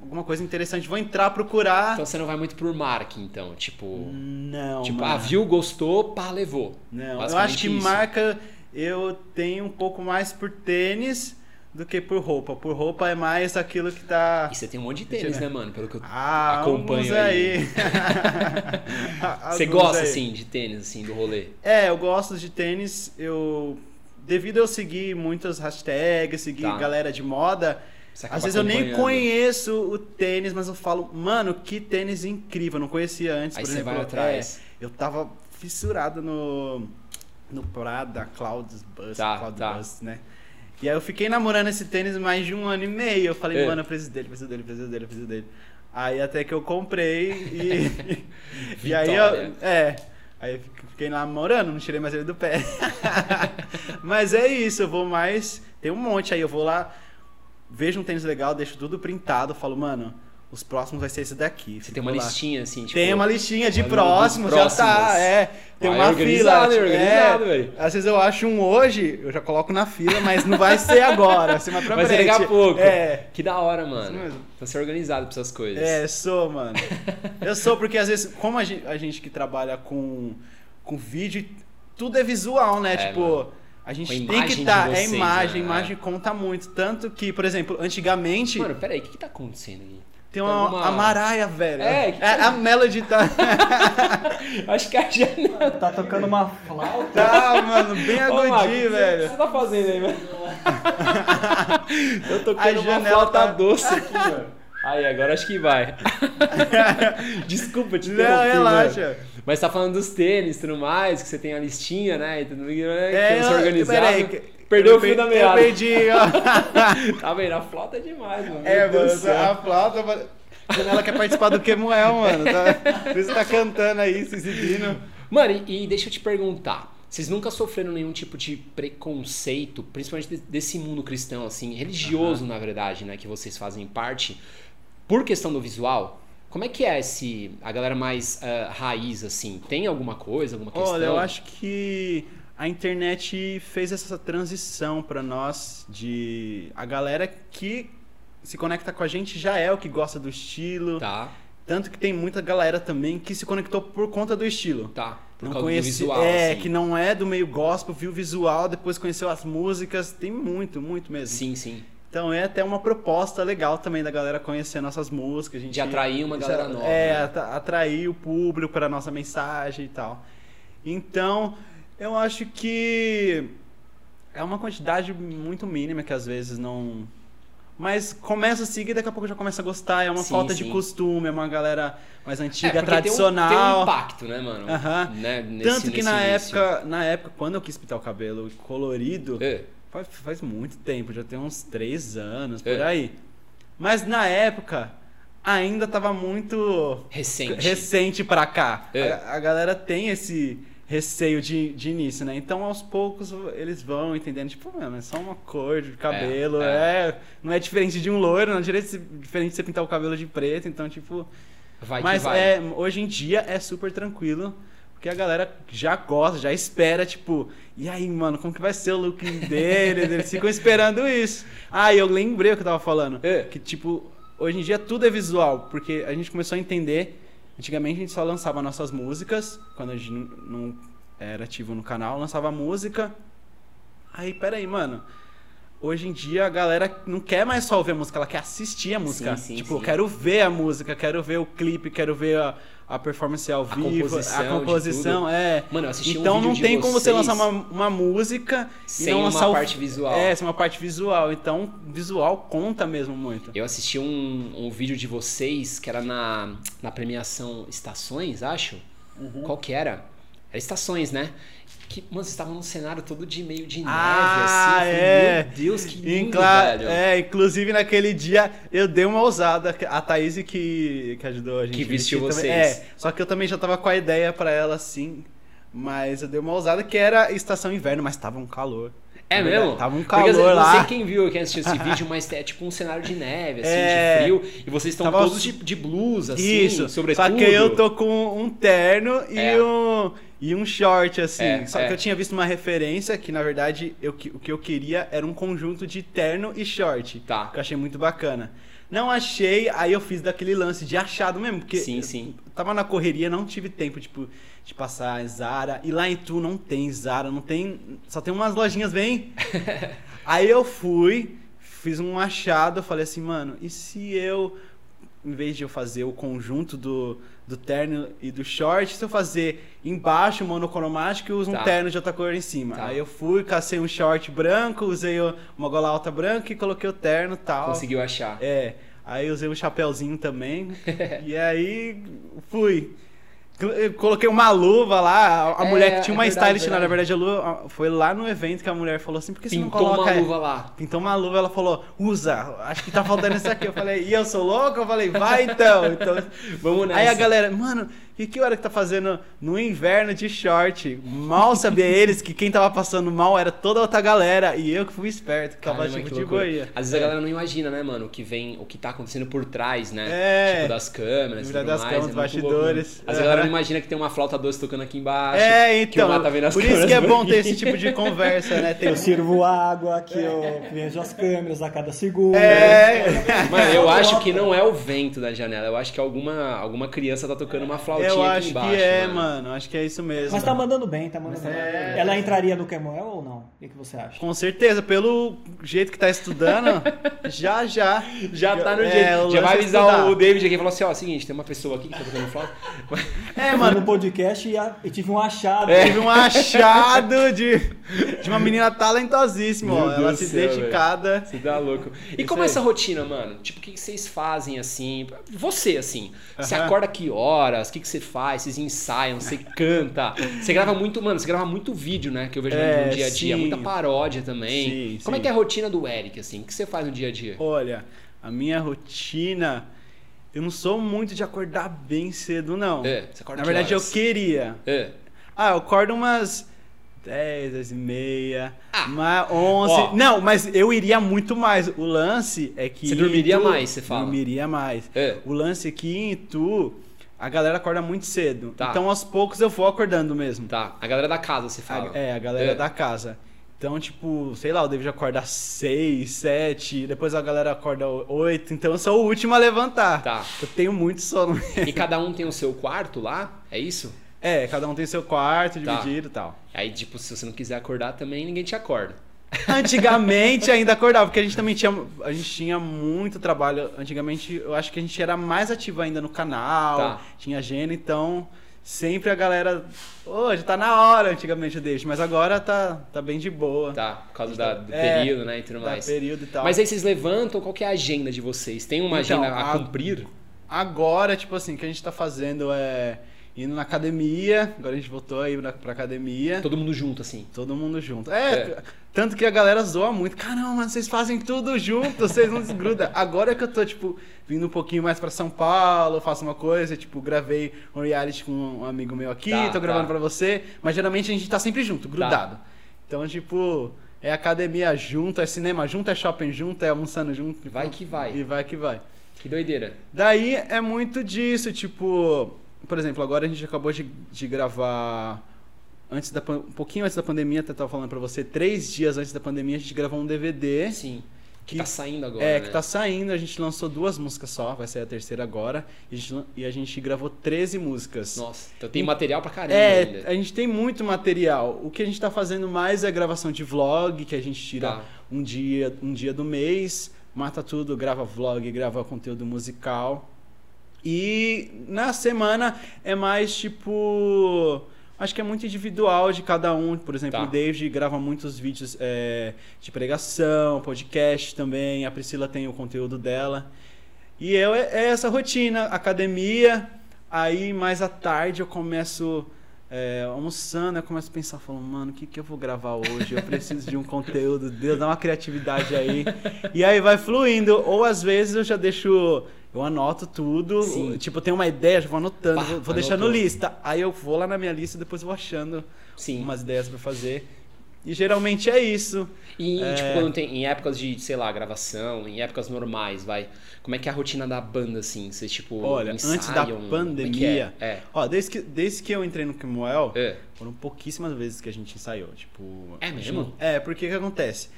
B: alguma coisa interessante, vou entrar, procurar.
A: Então você não vai muito por marca, então. Tipo.
B: Não.
A: tipo,
B: mano.
A: ah, viu, gostou, pá, levou.
B: Não, eu
A: Basicamente
B: acho que
A: isso.
B: marca eu tenho um pouco mais por tênis do que por roupa. Por roupa é mais aquilo que tá.
A: E você tem um monte de tênis, né, mano? Pelo que eu.
B: Ah,
A: Acompanho
B: alguns
A: aí.
B: aí.
A: Você
B: Ah, Alguns
A: gosta,
B: aí.
A: assim, de tênis, assim, do rolê.
B: É, eu gosto de tênis. Eu devido a eu seguir muitas hashtags, seguir
A: Tá.
B: galera de moda,
A: Você acaba
B: às vezes eu nem
A: acompanhando.
B: conheço o tênis, mas eu falo, mano, que tênis incrível, eu não conhecia antes,
A: Aí
B: por
A: você
B: exemplo.
A: vai atrás.
B: é, eu tava fissurado no no Prada Clouds Bus,
A: Tá,
B: Cloud
A: tá.
B: Bus, né? E aí eu fiquei namorando esse tênis mais de um ano e meio. Eu falei,
A: É.
B: mano, eu preciso dele, preciso dele, preciso dele, preciso dele. Aí até que eu comprei e E aí
A: Vitória.
B: eu. É. Aí eu fico- fiquei namorando, não tirei mais ele do pé. Mas é isso, eu vou mais. Tem um monte aí, eu vou lá, vejo um tênis legal, deixo tudo printado, falo, mano, os próximos vai ser esse daqui.
A: Você
B: fico
A: tem uma
B: lá.
A: listinha, assim, tipo.
B: Tem uma listinha de
A: olha, dos
B: próximos, já tá,
A: próximos.
B: é. Tem
A: Vai
B: uma fila. tipo, é.
A: organizado, hein, organizado, velho.
B: Às vezes eu acho um hoje, eu já coloco na fila, mas não vai ser agora, vai ser mais pra
A: Mas
B: frente.
A: daqui a pouco.
B: É.
A: Que da hora,
B: Isso
A: mano.
B: mesmo.
A: Então você é organizado pra essas coisas.
B: É, sou, mano. Eu sou, porque às vezes, como a gente, a gente que trabalha com, com vídeo, tudo é visual, né?
A: É,
B: tipo,
A: mano.
B: a gente
A: Com a
B: tem
A: imagem
B: que
A: de
B: estar. é
A: vocês,
B: imagem,
A: né?
B: imagem conta muito. Tanto que, por exemplo, antigamente
A: Mano, peraí, o que, que tá acontecendo aqui?
B: tem uma.
A: alguma-
B: A Maraia, velho.
A: É, que-
B: a Melody tá.
A: Acho que a janela.
C: Tá tocando uma flauta.
B: tá, mano, bem
A: Ô, Marcos,
B: agudinho,
A: O que
B: velho.
A: você tá fazendo aí, mano? Eu
B: A
A: tocando uma
B: janela
A: flauta
B: tá-
A: doce aqui, mano. Aí, agora acho que vai. Desculpa te
B: Não,
A: interromper, mano.
B: relaxa.
A: Mas tá falando dos tênis e tudo mais, que você tem a listinha, né? E tudo mais,
B: É,
A: que você
B: eu-
A: organizado.
B: peraí, que-
A: Perdeu
B: eu
A: o fio
B: per-
A: da meada.
B: Eu perdi, ó.
A: Tá vendo? A flauta é demais, mano.
B: É,
A: Meu Deus do céu.
B: mano, a tá flauta. mano. A Janela quer participar do Quemuel, mano. Tá, por isso tá cantando aí, se exibindo.
A: Mano, e, e deixa eu te perguntar. Vocês nunca sofreram nenhum tipo de preconceito, principalmente de- desse mundo cristão, assim, religioso, na verdade, né? Que vocês fazem parte, por questão do visual. Como é que é esse, a galera mais ah, raiz, assim? Tem alguma coisa, alguma questão?
B: Olha, eu acho que a internet fez essa transição pra nós de a galera que se conecta com a gente já é o que gosta do estilo.
A: Tá,
B: Tanto que tem muita galera também que se conectou por conta do estilo.
A: tá. Por
B: não
A: causa
B: conhece,
A: do visual,
B: é,
A: assim.
B: que não é do meio gospel, viu o visual, depois conheceu as músicas, tem muito, muito mesmo.
A: Sim, sim.
B: Então é até uma proposta legal também da galera conhecer nossas músicas, a gente
A: De atrair uma galera nova,
B: É,
A: né?
B: atra- atrair o público para nossa mensagem e tal. Então, eu acho que é uma quantidade muito mínima que às vezes não mas começa a seguir, daqui a pouco já começa a gostar. É uma
A: Sim,
B: falta
A: sim.
B: de costume, é uma galera mais
A: É,
B: antiga,
A: porque Tem um, tem um
B: tradicional.
A: impacto, né, mano?
B: Aham.
A: Né, nesse-
B: Tanto que
A: nesse
B: na
A: início.
B: época, na época, quando eu quis pintar o cabelo colorido,
A: É,
B: Faz, faz muito tempo, já tem uns três anos, por
A: É.
B: aí. Mas na época, ainda tava muito
A: recente.
B: recente pra cá.
A: É.
B: A, a galera tem esse receio de, de início, né? Então, aos poucos, eles vão entendendo, tipo, mano, é só uma cor de cabelo,
A: é.
B: é, não é diferente de um loiro, não é direito- diferente de você pintar o cabelo de preto, então, tipo...
A: Vai
B: mas
A: que vai.
B: é, hoje em dia é super tranquilo, porque a galera já gosta, já espera, tipo, e aí, mano, como que vai ser o look dele? Eles ficam esperando isso. Ah, e eu lembrei o que eu tava falando.
A: É.
B: Que, tipo, hoje em dia tudo é visual, porque a gente começou a entender. Antigamente a gente só lançava nossas músicas, quando a gente não- não era ativo no canal, lançava a música. Aí, peraí, mano. Hoje em dia a galera não quer mais só ouvir a música, ela quer assistir a música.
A: sim,
B: tipo,
A: sim.
B: eu quero ver a música, quero ver o clipe, quero ver a, a performance ao vivo,
A: composição de
B: a composição, é.
A: Mano, eu assisti um
B: então
A: vídeo
B: não
A: de
B: tem como você
A: vocês
B: lançar uma, uma música
A: sem
B: e não
A: uma
B: lançar o-
A: parte visual.
B: É, sem uma parte visual. Então, visual conta mesmo muito.
A: Eu assisti um, um vídeo de vocês que era na, na premiação Estações, acho.
B: Hum.
A: Qual que era? Era Estações, né? Que, mano, vocês estavam num cenário todo de meio de neve,
B: Ah,
A: assim. eu falei,
B: é.
A: Meu Deus, que
B: Em
A: lindo,
B: cla-
A: velho.
B: é, inclusive naquele dia eu dei uma ousada, a Thaís que, que ajudou a gente.
A: Que
B: a
A: vestiu
B: vestir também.
A: vocês.
B: É, só que eu também já tava com a ideia pra ela assim, mas eu dei uma ousada que era estação inverno, mas tava um calor.
A: É
B: Na verdade,
A: mesmo?
B: Tava um
A: Porque, assim,
B: calor
A: Não
B: lá.
A: sei quem viu, quem assistiu esse vídeo, mas é tipo um cenário de neve, assim,
B: É.
A: de frio. E vocês estão
B: Tava-
A: todos de, de blusa, assim,
B: Isso,
A: sobretudo.
B: só que eu tô com um terno e,
A: É.
B: um, e um short, assim.
A: É,
B: só
A: é.
B: que eu tinha visto uma referência que, na verdade, eu que- o que eu queria era um conjunto de terno e short.
A: Tá.
B: Que eu achei muito bacana. Não achei, aí eu fiz daquele lance de achado mesmo, porque
A: Sim, sim.
B: eu tava na correria, não tive tempo, tipo, de passar em Zara. E lá em Tu não tem Zara, não tem. Só tem umas lojinhas bem. Aí eu fui, fiz um achado, falei assim, mano, e se eu, em vez de eu fazer o conjunto do, do terno e do short, se eu fazer embaixo monocromático e uso
A: Tá.
B: um terno de outra cor em cima?
A: Tá.
B: Aí eu fui, cacei um short branco, usei o- uma gola alta branca e coloquei o terno e tal.
A: Conseguiu achar.
B: É, aí eu usei um chapéuzinho também. e aí fui. Eu Coloquei uma luva lá, a a
A: É,
B: mulher que tinha
A: é
B: uma
A: verdade,
B: stylist, na verdade, a luva foi lá no evento que a mulher falou assim, por que você não
A: Pintou
B: coloca...
A: uma luva lá.
B: Pintou uma luva, ela falou, usa, acho que tá faltando essa aqui. Eu falei, e eu sou louco? Eu falei, vai então. então
A: Vamos nessa.
B: Aí a galera, mano, e que hora que tá fazendo no inverno de short? Mal sabia eles que quem tava passando mal era toda a outra galera. E eu que fui esperto, que tava
A: Caramba,
B: tipo
A: que
B: de
A: loucura.
B: boia.
A: Às vezes a galera não imagina, né, mano, o que vem, o que tá acontecendo por trás, né?
B: É.
A: Tipo, das câmeras,
B: Por
A: tudo
B: trás das
A: mais,
B: câmeras,
A: é muito louco,
B: bastidores.
A: né? Às vezes a galera não
B: Aham.
A: imagina que tem uma flauta doce tocando aqui embaixo.
B: É,
A: Que o
B: então.
A: mar tá vendo as
B: por isso que é
A: câmeras
B: bom
A: aqui.
B: ter esse tipo de conversa, né? Tem
C: Eu sirvo água, que eu vejo as câmeras a cada segundo.
A: um
B: É.
A: Mano, eu acho que não é o vento da janela, eu acho que alguma, alguma criança tá tocando uma flautinha
B: Eu
A: aqui
B: acho
A: embaixo. né?
B: que é,
A: mano.
B: mano. Acho que é isso mesmo.
C: Mas tá mandando bem, tá mandando
A: É.
C: bem. Ela entraria no Kemuel ou não? O que, que você acha?
B: Com certeza, pelo jeito que tá estudando, já já.
A: Já tá no
B: É,
A: jeito.
B: o
A: Já vai
B: lance é
A: avisar o
B: estudar.
A: David aqui e falar assim, ó, seguinte, tem uma pessoa aqui que tá tocando flauta.
B: É,
C: Fui
B: mano.
C: No podcast e, a- e tive um achado.
A: É.
B: Teve um achado de, de uma menina talentosíssima, ó.
A: Meu Deus
B: Ela
A: do
B: se
A: céu,
B: dedicada.
A: Você tá louco. E
B: Isso
A: como é
B: aí.
A: essa rotina, mano? Tipo, o que que vocês fazem assim? Você, assim. Você
B: Aham.
A: acorda que horas? O que que você faz? Vocês ensaiam? Você canta? Você grava muito, mano, você grava muito vídeo, né? Que eu vejo
B: É,
A: no dia a dia.
B: sim.
A: Muita paródia também.
B: Sim,
A: como é
B: sim.
A: que é a rotina do Eric, assim? O que você faz no dia a dia?
B: Olha, a minha rotina. Eu não sou muito de acordar bem cedo, não.
A: É, você acorda
B: Na
A: que
B: verdade, eu
A: horas?
B: queria.
A: É,
B: Ah, eu acordo umas 10, 10 e meia,
A: Ah.
B: mas 11.
A: Ó.
B: Não, mas eu iria muito mais. O lance é que.
A: Você dormiria
B: em
A: mais, você fala.
B: Dormiria mais.
A: É.
B: O lance é que em Itu, a galera acorda muito cedo.
A: Tá.
B: Então aos poucos eu vou acordando mesmo.
A: Tá, a galera da casa você
B: A-
A: fala.
B: é, a galera
A: É.
B: da casa. Então, tipo, sei lá, eu devo acordar 6, 7, depois a galera acorda 8, então eu sou o último a levantar.
A: Tá.
B: Eu tenho muito sono.
A: E cada um tem o seu quarto lá? É isso?
B: É, cada um tem seu quarto
A: Tá.
B: dividido e tal.
A: Aí, tipo, se você não quiser acordar também, ninguém te acorda.
B: Antigamente ainda acordava, porque a gente também tinha, a gente tinha muito trabalho. Antigamente eu acho que a gente era mais ativo ainda no canal,
A: Tá.
B: tinha agenda, então sempre a galera. Hoje tá na hora, antigamente eu deixo, mas agora tá, tá bem de boa.
A: Tá, por causa da- do
B: É,
A: período, né, e tudo
B: dá
A: mais.
B: período e tal.
A: Mas aí vocês levantam, qual que é a agenda de vocês? Tem uma
B: Então,
A: agenda a,
B: a-
A: cumprir?
B: Agora, tipo assim, o que a gente tá fazendo é indo na academia, agora a gente voltou aí pra, pra academia.
A: Todo mundo junto, assim.
B: Todo mundo junto. É, tanto que a galera zoa muito. Caramba, vocês fazem tudo junto, vocês não desgrudam. Agora que eu tô, tipo, vindo um pouquinho mais pra São Paulo, eu faço uma coisa, tipo, gravei um reality com um amigo meu aqui,
A: Tá,
B: tô gravando
A: tá.
B: pra você. Mas geralmente a gente tá sempre junto, grudado. Então, tipo, é academia junto, é cinema junto, é shopping junto, é almoçando junto.
A: Vai
B: tipo,
A: que vai.
B: E vai que vai.
A: Que doideira.
B: Daí é muito disso, tipo, por exemplo, agora a gente acabou de, de gravar antes da pan- um pouquinho antes da pandemia, até tava falando pra você, três dias antes da pandemia a gente gravou um DVD
A: Sim. Que,
B: Que-
A: tá saindo agora,
B: é
A: né?
B: que tá saindo, a gente lançou duas músicas só, vai sair a terceira agora, e a gente, lan- e a gente gravou 13 músicas.
A: Nossa, então tem material pra caramba
B: É,
A: ainda.
B: a gente tem muito material. O que a gente tá fazendo mais é a gravação de vlog, que a gente tira
A: Tá.
B: um dia, um dia do mês, mata tudo, grava vlog, grava conteúdo musical. E na semana é mais tipo. Acho que é muito individual de cada um. Por exemplo,
A: Tá.
B: o David grava muitos vídeos é, de pregação, podcast também. A Priscila tem o conteúdo dela. E eu é é essa rotina, academia. Aí mais à tarde eu começo é, almoçando, eu começo a pensar, falando, mano, o que, que eu vou gravar hoje? Eu preciso de um conteúdo, Deus, dá uma criatividade aí. E aí vai fluindo. Ou às vezes eu já deixo. Eu anoto tudo.
A: Sim.
B: Tipo, eu tenho uma ideia, já vou anotando,
A: Pá,
B: vou, vou deixando
A: anotou.
B: lista. Aí eu vou lá na minha lista e depois vou achando
A: Sim.
B: umas ideias pra fazer. E geralmente é isso.
A: E,
B: É.
A: tipo, quando tem, em épocas de, sei lá, gravação, em épocas normais, vai. Como é que é a rotina da banda, assim? Vocês, tipo,
B: Olha,
A: ensaiam?
B: antes da
A: Como é que
B: pandemia.
A: É, é.
B: Ó, desde que, desde que eu entrei no Kimuel,
A: É.
B: foram pouquíssimas vezes que a gente ensaiou. Tipo.
A: É
B: a gente
A: mesmo?
B: não- É, porque que acontece?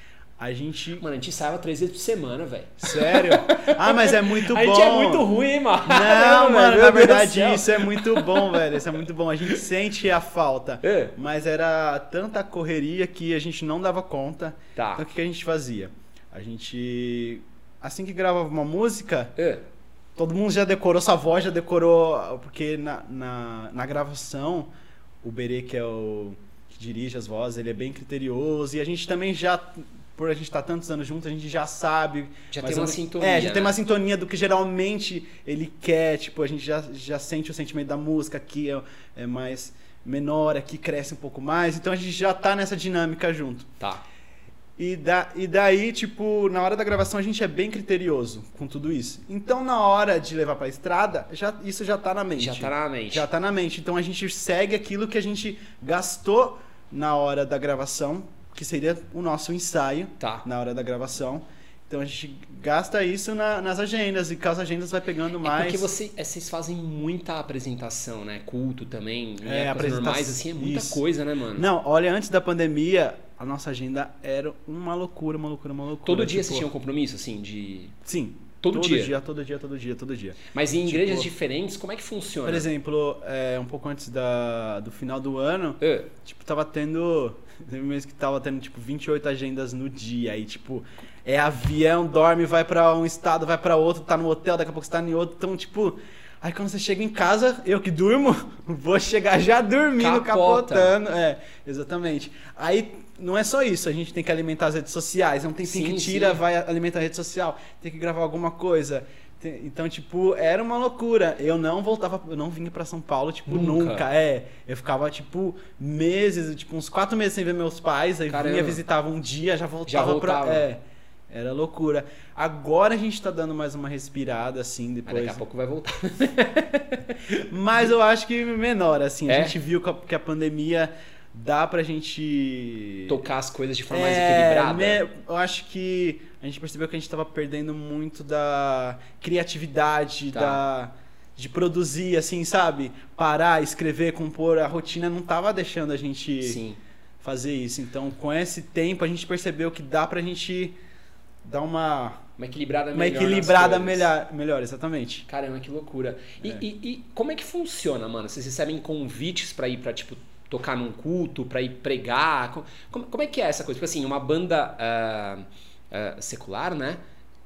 B: A gente.
A: Mano, a gente ensaiava três vezes por semana, velho.
B: Sério? Ah, mas é muito
A: a
B: bom.
A: gente é muito ruim, hein, mano.
B: Não,
A: velho,
B: mano,
A: meu Deus
B: na
A: do céu.
B: verdade, isso é muito bom, velho. Isso é muito bom. A gente sente a falta.
A: É.
B: Mas era tanta correria que a gente não dava conta.
A: Tá.
B: Então o que que a gente fazia? A gente. Assim que gravava uma música,
A: É.
B: todo mundo já decorou sua voz, já decorou. Porque na, na, na gravação, o Berê, que é o que dirige as vozes, ele é bem criterioso. E a gente também já. Por a gente estar tantos anos juntos, a gente já sabe.
A: Já tem
B: mais ou
A: uma
B: menos-
A: sintonia,
B: É, já
A: né?
B: tem uma sintonia do que geralmente ele quer. Tipo, a gente já, já sente o sentimento da música aqui, é, é mais menor, aqui cresce um pouco mais. Então a gente já tá nessa dinâmica junto.
A: Tá.
B: E, da, e daí, tipo, na hora da gravação a gente é bem criterioso com tudo isso. Então, na hora de levar pra estrada, já, isso já tá na mente.
A: Já tá na mente.
B: Já tá na mente. Então, a gente segue aquilo que a gente gastou na hora da gravação, que seria o nosso ensaio
A: Tá.
B: na hora da gravação. Então, a gente gasta isso na- nas agendas e com as agendas vai pegando
A: É
B: mais.
A: porque você, é, vocês fazem muita apresentação, né? Culto também. Em
B: É,
A: épocas
B: apresenta-
A: normais, assim, é muita
B: isso.
A: coisa, né, mano?
B: Não, olha, antes da pandemia, a nossa agenda era uma loucura, uma loucura, uma loucura.
A: Todo dia vocês
B: Tipo,
A: tinham compromisso, assim, de.
B: Sim.
A: Todo dia?
B: Todo dia, todo dia, todo dia.
A: Mas em
B: Tipo-
A: igrejas diferentes, como é que funciona?
B: Por exemplo, é, um pouco antes da, do final do ano,
A: É.
B: tipo, tava tendo. Teve um mês que tava tendo, tipo, 28 agendas no dia. Aí, tipo, é avião, dorme, vai pra um estado, vai pra outro, tá no hotel, daqui a pouco você tá em outro. Então, tipo. Aí quando você chega em casa, eu que durmo, vou chegar já dormindo,
A: Capota.
B: capotando. É, exatamente. Aí não é só isso, a gente tem que alimentar as redes sociais, é um tempinho
A: Sim,
B: que tira,
A: sim.
B: vai alimentar a rede social, tem que gravar alguma coisa. Tem- Então, tipo, era uma loucura. Eu não voltava, eu não vinha pra São Paulo, tipo,
A: Nunca.
B: nunca. É, eu ficava, tipo, meses, tipo, uns quatro meses sem ver meus pais, aí
A: Caramba.
B: vinha, visitava um dia, já voltava,
A: Já voltava.
B: pra. É, era loucura. Agora a gente tá dando mais uma respirada, assim,
A: Mas daqui
B: depois.
A: a pouco vai voltar.
B: Mas eu acho que menor, assim. A
A: É?
B: gente viu que a- que a pandemia dá pra gente.
A: Tocar as coisas de forma mais
B: É,
A: equilibrada.
B: né, eu acho que a gente percebeu que a gente tava perdendo muito da criatividade,
A: Tá.
B: da de produzir, assim, sabe? Parar, escrever, compor. A rotina não tava deixando a gente
A: Sim.
B: fazer isso. Então, com esse tempo, a gente percebeu que dá pra gente dar uma,
A: Uma equilibrada melhor.
B: uma
A: nas
B: equilibrada
A: coisas.
B: melhor, melhor, exatamente.
A: Caramba, que loucura. E,
B: É.
A: e- e como é que funciona, mano? Vocês recebem convites pra ir pra, tipo, tocar num culto, pra ir pregar? Co- Como, como é que é essa coisa? Porque, assim, uma banda ah, ah, secular, né?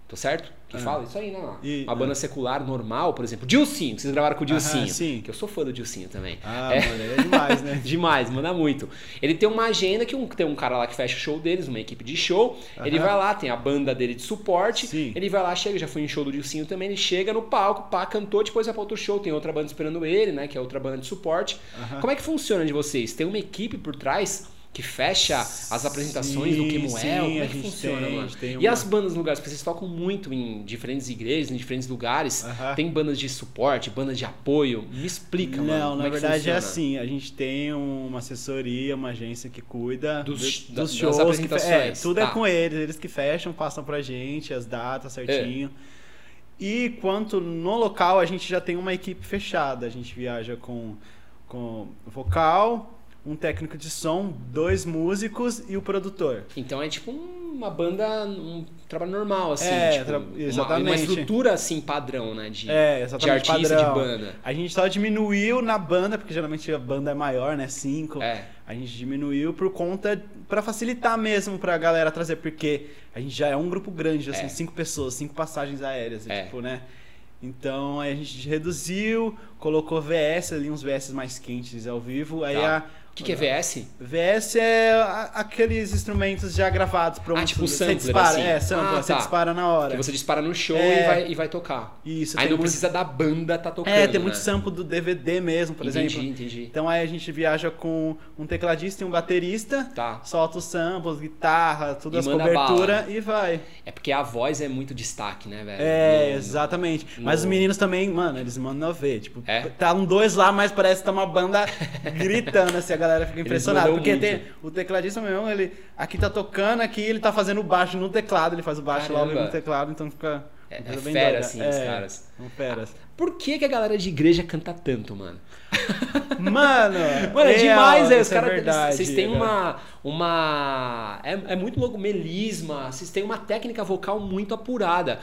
A: Tô certo? Que
B: Ah.
A: fala isso aí, né?
B: E- é.
A: uma banda secular normal, por exemplo. Dilcinho, que vocês gravaram com o
B: Aham,
A: Dilcinho.
B: sim.
A: Que eu sou fã do Dilcinho também.
B: Ah, mano, ele é demais, né?
A: Demais, manda muito. Ele tem uma agenda que um- tem um cara lá que fecha o show deles, uma equipe de show. Ele
B: Aham.
A: vai lá, tem a banda dele de suporte.
B: Sim.
A: Ele vai lá, chega, já foi em show do Dilcinho também. Ele chega no palco, pá, cantou, depois vai pra outro show. Tem outra banda esperando ele, né? Que é outra banda de suporte.
B: Aham.
A: Como é que funciona de vocês? Tem uma equipe por trás que fecha as apresentações
B: Sim,
A: do Kemuel?
B: sim,
A: Como
B: a
A: é que
B: gente
A: funciona,
B: tem, a
A: mano?
B: gente tem
A: E
B: uma-
A: as bandas no lugar? Porque vocês tocam muito em diferentes igrejas, em diferentes lugares.
B: Aham.
A: Tem bandas de suporte, bandas de apoio. Me explica, mano.
B: Ah. Não,
A: como
B: na
A: é que
B: verdade é
A: funciona?
B: assim, a gente tem uma assessoria, uma agência que cuida
A: Dos-
B: do-
A: da- das
B: dos shows, que fe- é,
A: apresentações,
B: tudo
A: tá. É.
B: é com eles, eles que fecham, passam pra gente as datas certinho. E quanto no local, a gente já tem uma equipe fechada, a gente viaja com com vocal, um técnico de som, dois músicos e o produtor.
A: Então é tipo um- uma banda, um trabalho normal, assim.
B: É,
A: tipo,
B: tra-
A: uma- Uma,
B: exatamente.
A: estrutura, assim, padrão, né? De,
B: É,
A: de
B: exatamente
A: artista,
B: padrão.
A: de banda.
B: A gente só diminuiu na banda, porque geralmente a banda é maior, né? Cinco.
A: É,
B: A gente diminuiu por conta pra facilitar mesmo pra galera trazer, porque a gente já é um grupo grande, já
A: É.
B: são cinco pessoas, cinco passagens aéreas,
A: É.
B: tipo, né? Então aí a gente reduziu, colocou VS ali, uns VS mais quentes ao vivo. Aí
A: Tá.
B: a
A: O que, que é VS?
B: VS é a- aqueles instrumentos já gravados pra
A: Ah,
B: um
A: tipo
B: você
A: sampler,
B: dispara,
A: assim.
B: é, sampler,
A: Ah,
B: você
A: tá.
B: dispara na
A: Que
B: hora.
A: você dispara no show
B: É.
A: e, vai, e vai tocar.
B: Isso,
A: Aí
B: tem
A: não
B: muito-
A: precisa da banda tá tocando.
B: É,
A: né?
B: tem muito sampo do DVD mesmo, por
A: entendi,
B: exemplo.
A: entendi.
B: Então aí a gente viaja com um tecladista e um baterista.
A: Tá.
B: solta os samples, guitarra, tudo
A: E
B: as
A: manda
B: coberturas e vai.
A: É porque a voz é muito destaque, né, velho?
B: É,
A: No-
B: exatamente.
A: no-
B: Mas os meninos também, mano, eles mandam ver. Tipo,
A: É?
B: tá um dois lá, mas parece que tá uma banda gritando, assim, a galera fica impressionada.
A: mandam um
B: Porque
A: muito.
B: tem o tecladista mesmo, ele aqui tá tocando, aqui ele tá fazendo o baixo no teclado, ele faz o baixo lá ao vivo
A: Caramba.
B: no teclado, então fica.
A: É,
B: uma
A: é
B: coisa bem
A: fera,
B: doida.
A: assim, os caras.
B: São feras.
A: Por que, que a galera de igreja canta tanto, mano?
B: Mano,
A: Mano, é demais, é. Os
B: isso
A: caras.
B: verdade,
A: Vocês têm
B: cara.
A: uma. uma é, é muito louco, melisma. Vocês têm uma técnica vocal muito apurada.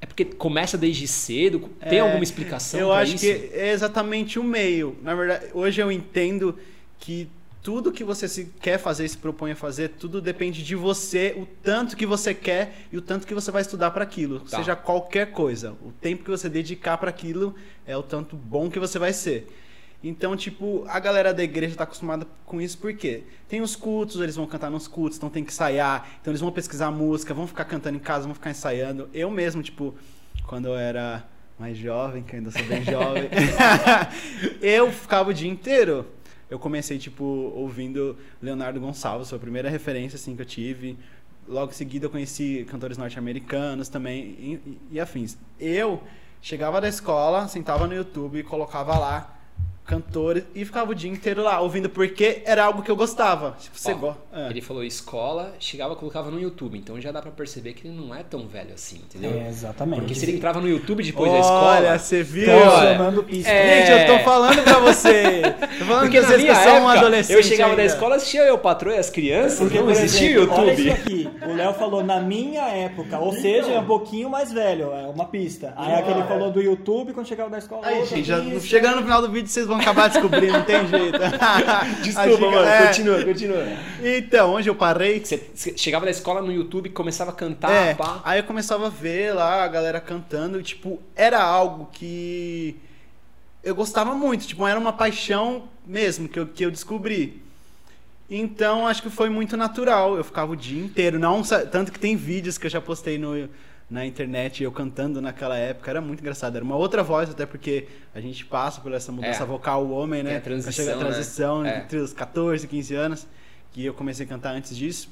A: É porque começa desde cedo? Tem
B: É,
A: alguma explicação
B: Eu
A: pra
B: acho
A: isso?
B: que é exatamente o meio. Na verdade, hoje eu entendo que tudo que você se quer fazer, se propõe a fazer, tudo depende de você, o tanto que você quer e o tanto que você vai estudar para aquilo,
A: Tá.
B: seja qualquer coisa. O tempo que você dedicar para aquilo é o tanto bom que você vai ser. Então, tipo, a galera da igreja tá acostumada com isso porque tem os cultos, eles vão cantar nos cultos, então tem que ensaiar, então eles vão pesquisar música, vão ficar cantando em casa, vão ficar ensaiando. Eu mesmo, tipo, quando eu era mais jovem, que eu ainda sou bem jovem, eu ficava o dia inteiro. Eu comecei, tipo, ouvindo Leonardo Gonçalves, foi a primeira referência, assim, que eu tive. Logo em seguida eu conheci cantores norte-americanos também e, e- e afins. Eu chegava da escola, sentava no YouTube e colocava lá cantores e ficava o dia inteiro lá ouvindo porque era algo que eu gostava. Tipo, você
A: Ó,
B: gosta. é.
A: Ele falou escola, chegava colocava no YouTube. Então já dá pra perceber que ele não é tão velho assim, entendeu?
C: É, exatamente.
A: Porque se ele entrava no YouTube depois da
B: Olha,
A: escola. Então,
B: você viu?
C: Transformando pista.
A: É.
B: Gente, eu tô falando pra você. Tô falando
A: Porque
B: que
A: na
B: vocês
A: minha
B: que são um
A: época,
B: adolescente. né?
A: eu chegava
B: ainda.
A: da escola, assistia eu, patroa e as crianças,
C: Porque,
A: não
C: por
A: existia
C: exemplo,
A: o
C: olha
A: YouTube. Então.
C: isso aqui. O Léo falou na minha época, ou seja, é um pouquinho mais velho, é uma pista. Aí
A: é.
C: aquele falou do YouTube quando chegava da escola.
B: Aí,
C: outra
B: gente, já-
C: pista.
B: chegando no final do vídeo, vocês vão acabar descobrindo, não tem jeito. A
A: Desculpa,
B: dica-
A: mano,
B: é.
A: continua, continua.
B: Então, onde eu parei?
A: Você você chegava da escola no YouTube, começava a cantar,
B: é,
A: pá.
B: aí eu começava a ver lá a galera cantando, e, tipo, era algo que eu gostava muito, tipo, era uma paixão mesmo que eu, que eu descobri. Então, acho que foi muito natural, eu ficava o dia inteiro, não, sa- tanto que tem vídeos que eu já postei no na internet, eu cantando naquela época, era muito engraçado, era uma outra voz, até porque a gente passa por essa mudança
A: É.
B: vocal, o homem,
A: Tem
B: né?
A: a transição,
B: Chega a
A: né?
B: transição
A: É.
B: entre os 14 e 15 anos, que eu comecei a cantar antes disso.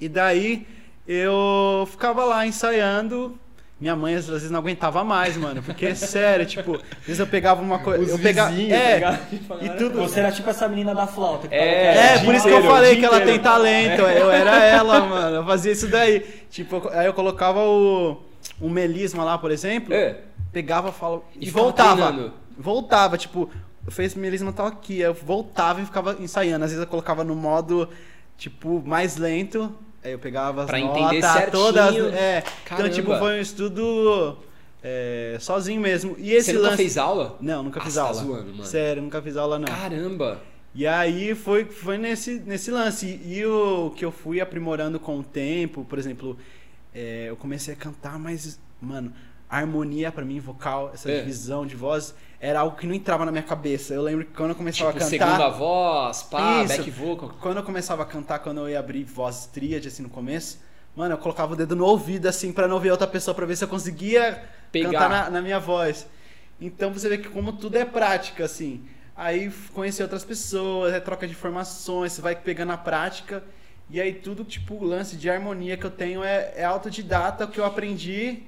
B: E daí eu ficava lá ensaiando, Minha mãe às vezes não aguentava mais, mano. Porque é sério, tipo, às vezes eu pegava uma coisa.
A: Os
B: Eu pegava.
A: vizinhos, tá
B: É,
A: ligado?
B: e tudo.
C: Você era tipo essa menina da flauta. que
A: É,
C: falava que era
B: É,
A: o
B: por
A: dia
B: isso que eu
A: inteiro, o
B: falei
A: dia
B: que ela tem
A: inteiro. É.
B: talento. Eu era ela, mano. Eu fazia isso daí. Tipo, aí eu colocava o, o melisma lá, por exemplo.
A: É.
B: Pegava, falava. E,
A: E ficava
B: voltava.
A: treinando.
B: Voltava, tipo, eu fez melisma tal aqui. Eu voltava e ficava ensaiando. Às vezes eu colocava no modo, tipo, mais lento. Aí eu pegava as
A: Pra
B: notas,
A: entender certinho.
B: todas. É.
A: Caramba.
B: Então, tipo, foi um estudo é, sozinho mesmo. E
A: Você
B: esse lance.
A: nunca fez aula?
B: Não, nunca
A: Ah,
B: fiz
A: você tá
B: aula.
A: zoando, mano.
B: Sério, nunca fiz aula, não.
A: Caramba.
B: E aí foi, foi nesse, nesse lance. E o que eu fui aprimorando com o tempo, por exemplo, é, eu comecei a cantar, mas, mano, a harmonia pra mim, vocal, essa
A: É.
B: divisão de voz, era algo que não entrava na minha cabeça. Eu lembro que quando eu começava
A: Tipo,
B: a cantar.
A: segunda voz, pá,
B: Isso.
A: back vocal.
B: Quando eu começava a cantar, quando eu ia abrir voz tríade, assim, no começo, mano, eu colocava o dedo no ouvido, assim, pra não ver outra pessoa, pra ver se eu conseguia
A: Pegar.
B: cantar na, na minha voz. Então você vê que como tudo é prática, assim. Aí f- conhecer outras pessoas, é troca de informações, você vai pegando a prática. E aí tudo, tipo, o lance de harmonia que eu tenho é, é autodidata, o que eu aprendi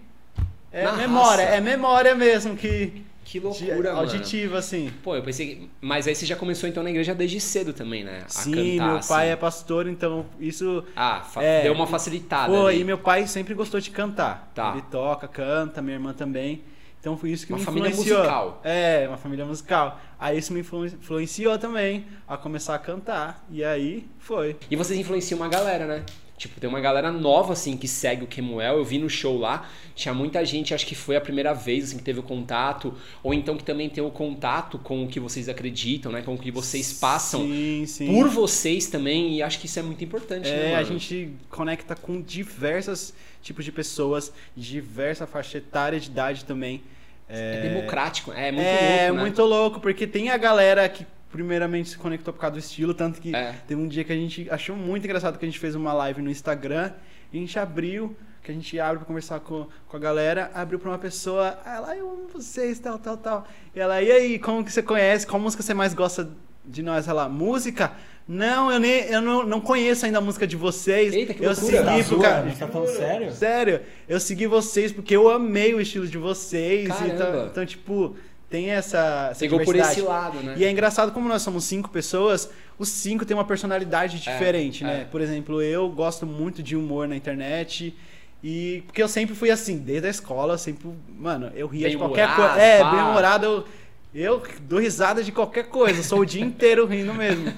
B: é
A: Na
B: memória,
A: raça.
B: é memória mesmo, que...
A: Que
B: de-
A: loucura, mano.
B: Auditiva, assim.
A: Pô, eu pensei que... Mas aí você já começou então na igreja desde cedo também, né? A
B: Sim,
A: cantar,
B: meu pai
A: assim.
B: é pastor, então isso
A: Ah, fa-
B: É.
A: deu uma facilitada
B: Pô,
A: ali.
B: e meu pai sempre gostou de cantar.
A: Tá.
B: Ele toca, canta, minha irmã também. Então foi isso que
A: Uma
B: me
A: família
B: influenciou.
A: musical.
B: É, uma família musical. Aí isso me influ- influenciou também a começar a cantar. E aí foi.
A: E vocês influenciam uma galera, né? Tipo, tem uma galera nova, assim, que segue o Kemuel. Eu vi no show lá, tinha muita gente, acho que foi a primeira vez, assim, que teve o contato. Ou então que também tem o contato com o que vocês acreditam, né? Com o que vocês passam
B: Sim, sim.
A: por vocês também. E acho que isso é muito importante, né,
B: É,
A: mano?
B: a gente conecta com diversos tipos de pessoas, diversa faixa etária de idade também.
A: É democrático, é muito
B: é
A: louco, né?
B: muito louco, porque tem a galera que primeiramente se conectou por causa do estilo, tanto que
A: É.
B: teve um dia que a gente achou muito engraçado que a gente fez uma live no Instagram e a gente abriu, que a gente abre pra conversar com, com a galera, abriu pra uma pessoa, ah, lá eu amo vocês, tal, tal, tal. E ela, e aí, como que você conhece? Qual música você mais gosta de nós? Ela, música? Não, eu, nem, eu não, não conheço ainda a música de vocês.
A: Eita, que
B: eu
A: loucura.
C: Tá
B: segui por
C: zoando,
B: ca-
C: mas tá falando sério?
B: Sério, eu segui vocês porque eu amei o estilo de vocês.
A: Caramba.
B: Então, então, tipo, tem essa. essa
A: Pegou por
B: diversidade.
A: esse lado, né?
B: E é engraçado como nós somos cinco pessoas, os cinco têm uma personalidade diferente, né?
A: é.
B: Por exemplo, eu gosto muito de humor na internet. E porque eu sempre fui assim, desde a escola, eu sempre, mano, eu ria de qualquer
A: Bem-humorado,
B: coisa. É,
A: pá.
B: bem humorado, eu, eu dou risada de qualquer coisa, eu sou o dia inteiro rindo mesmo.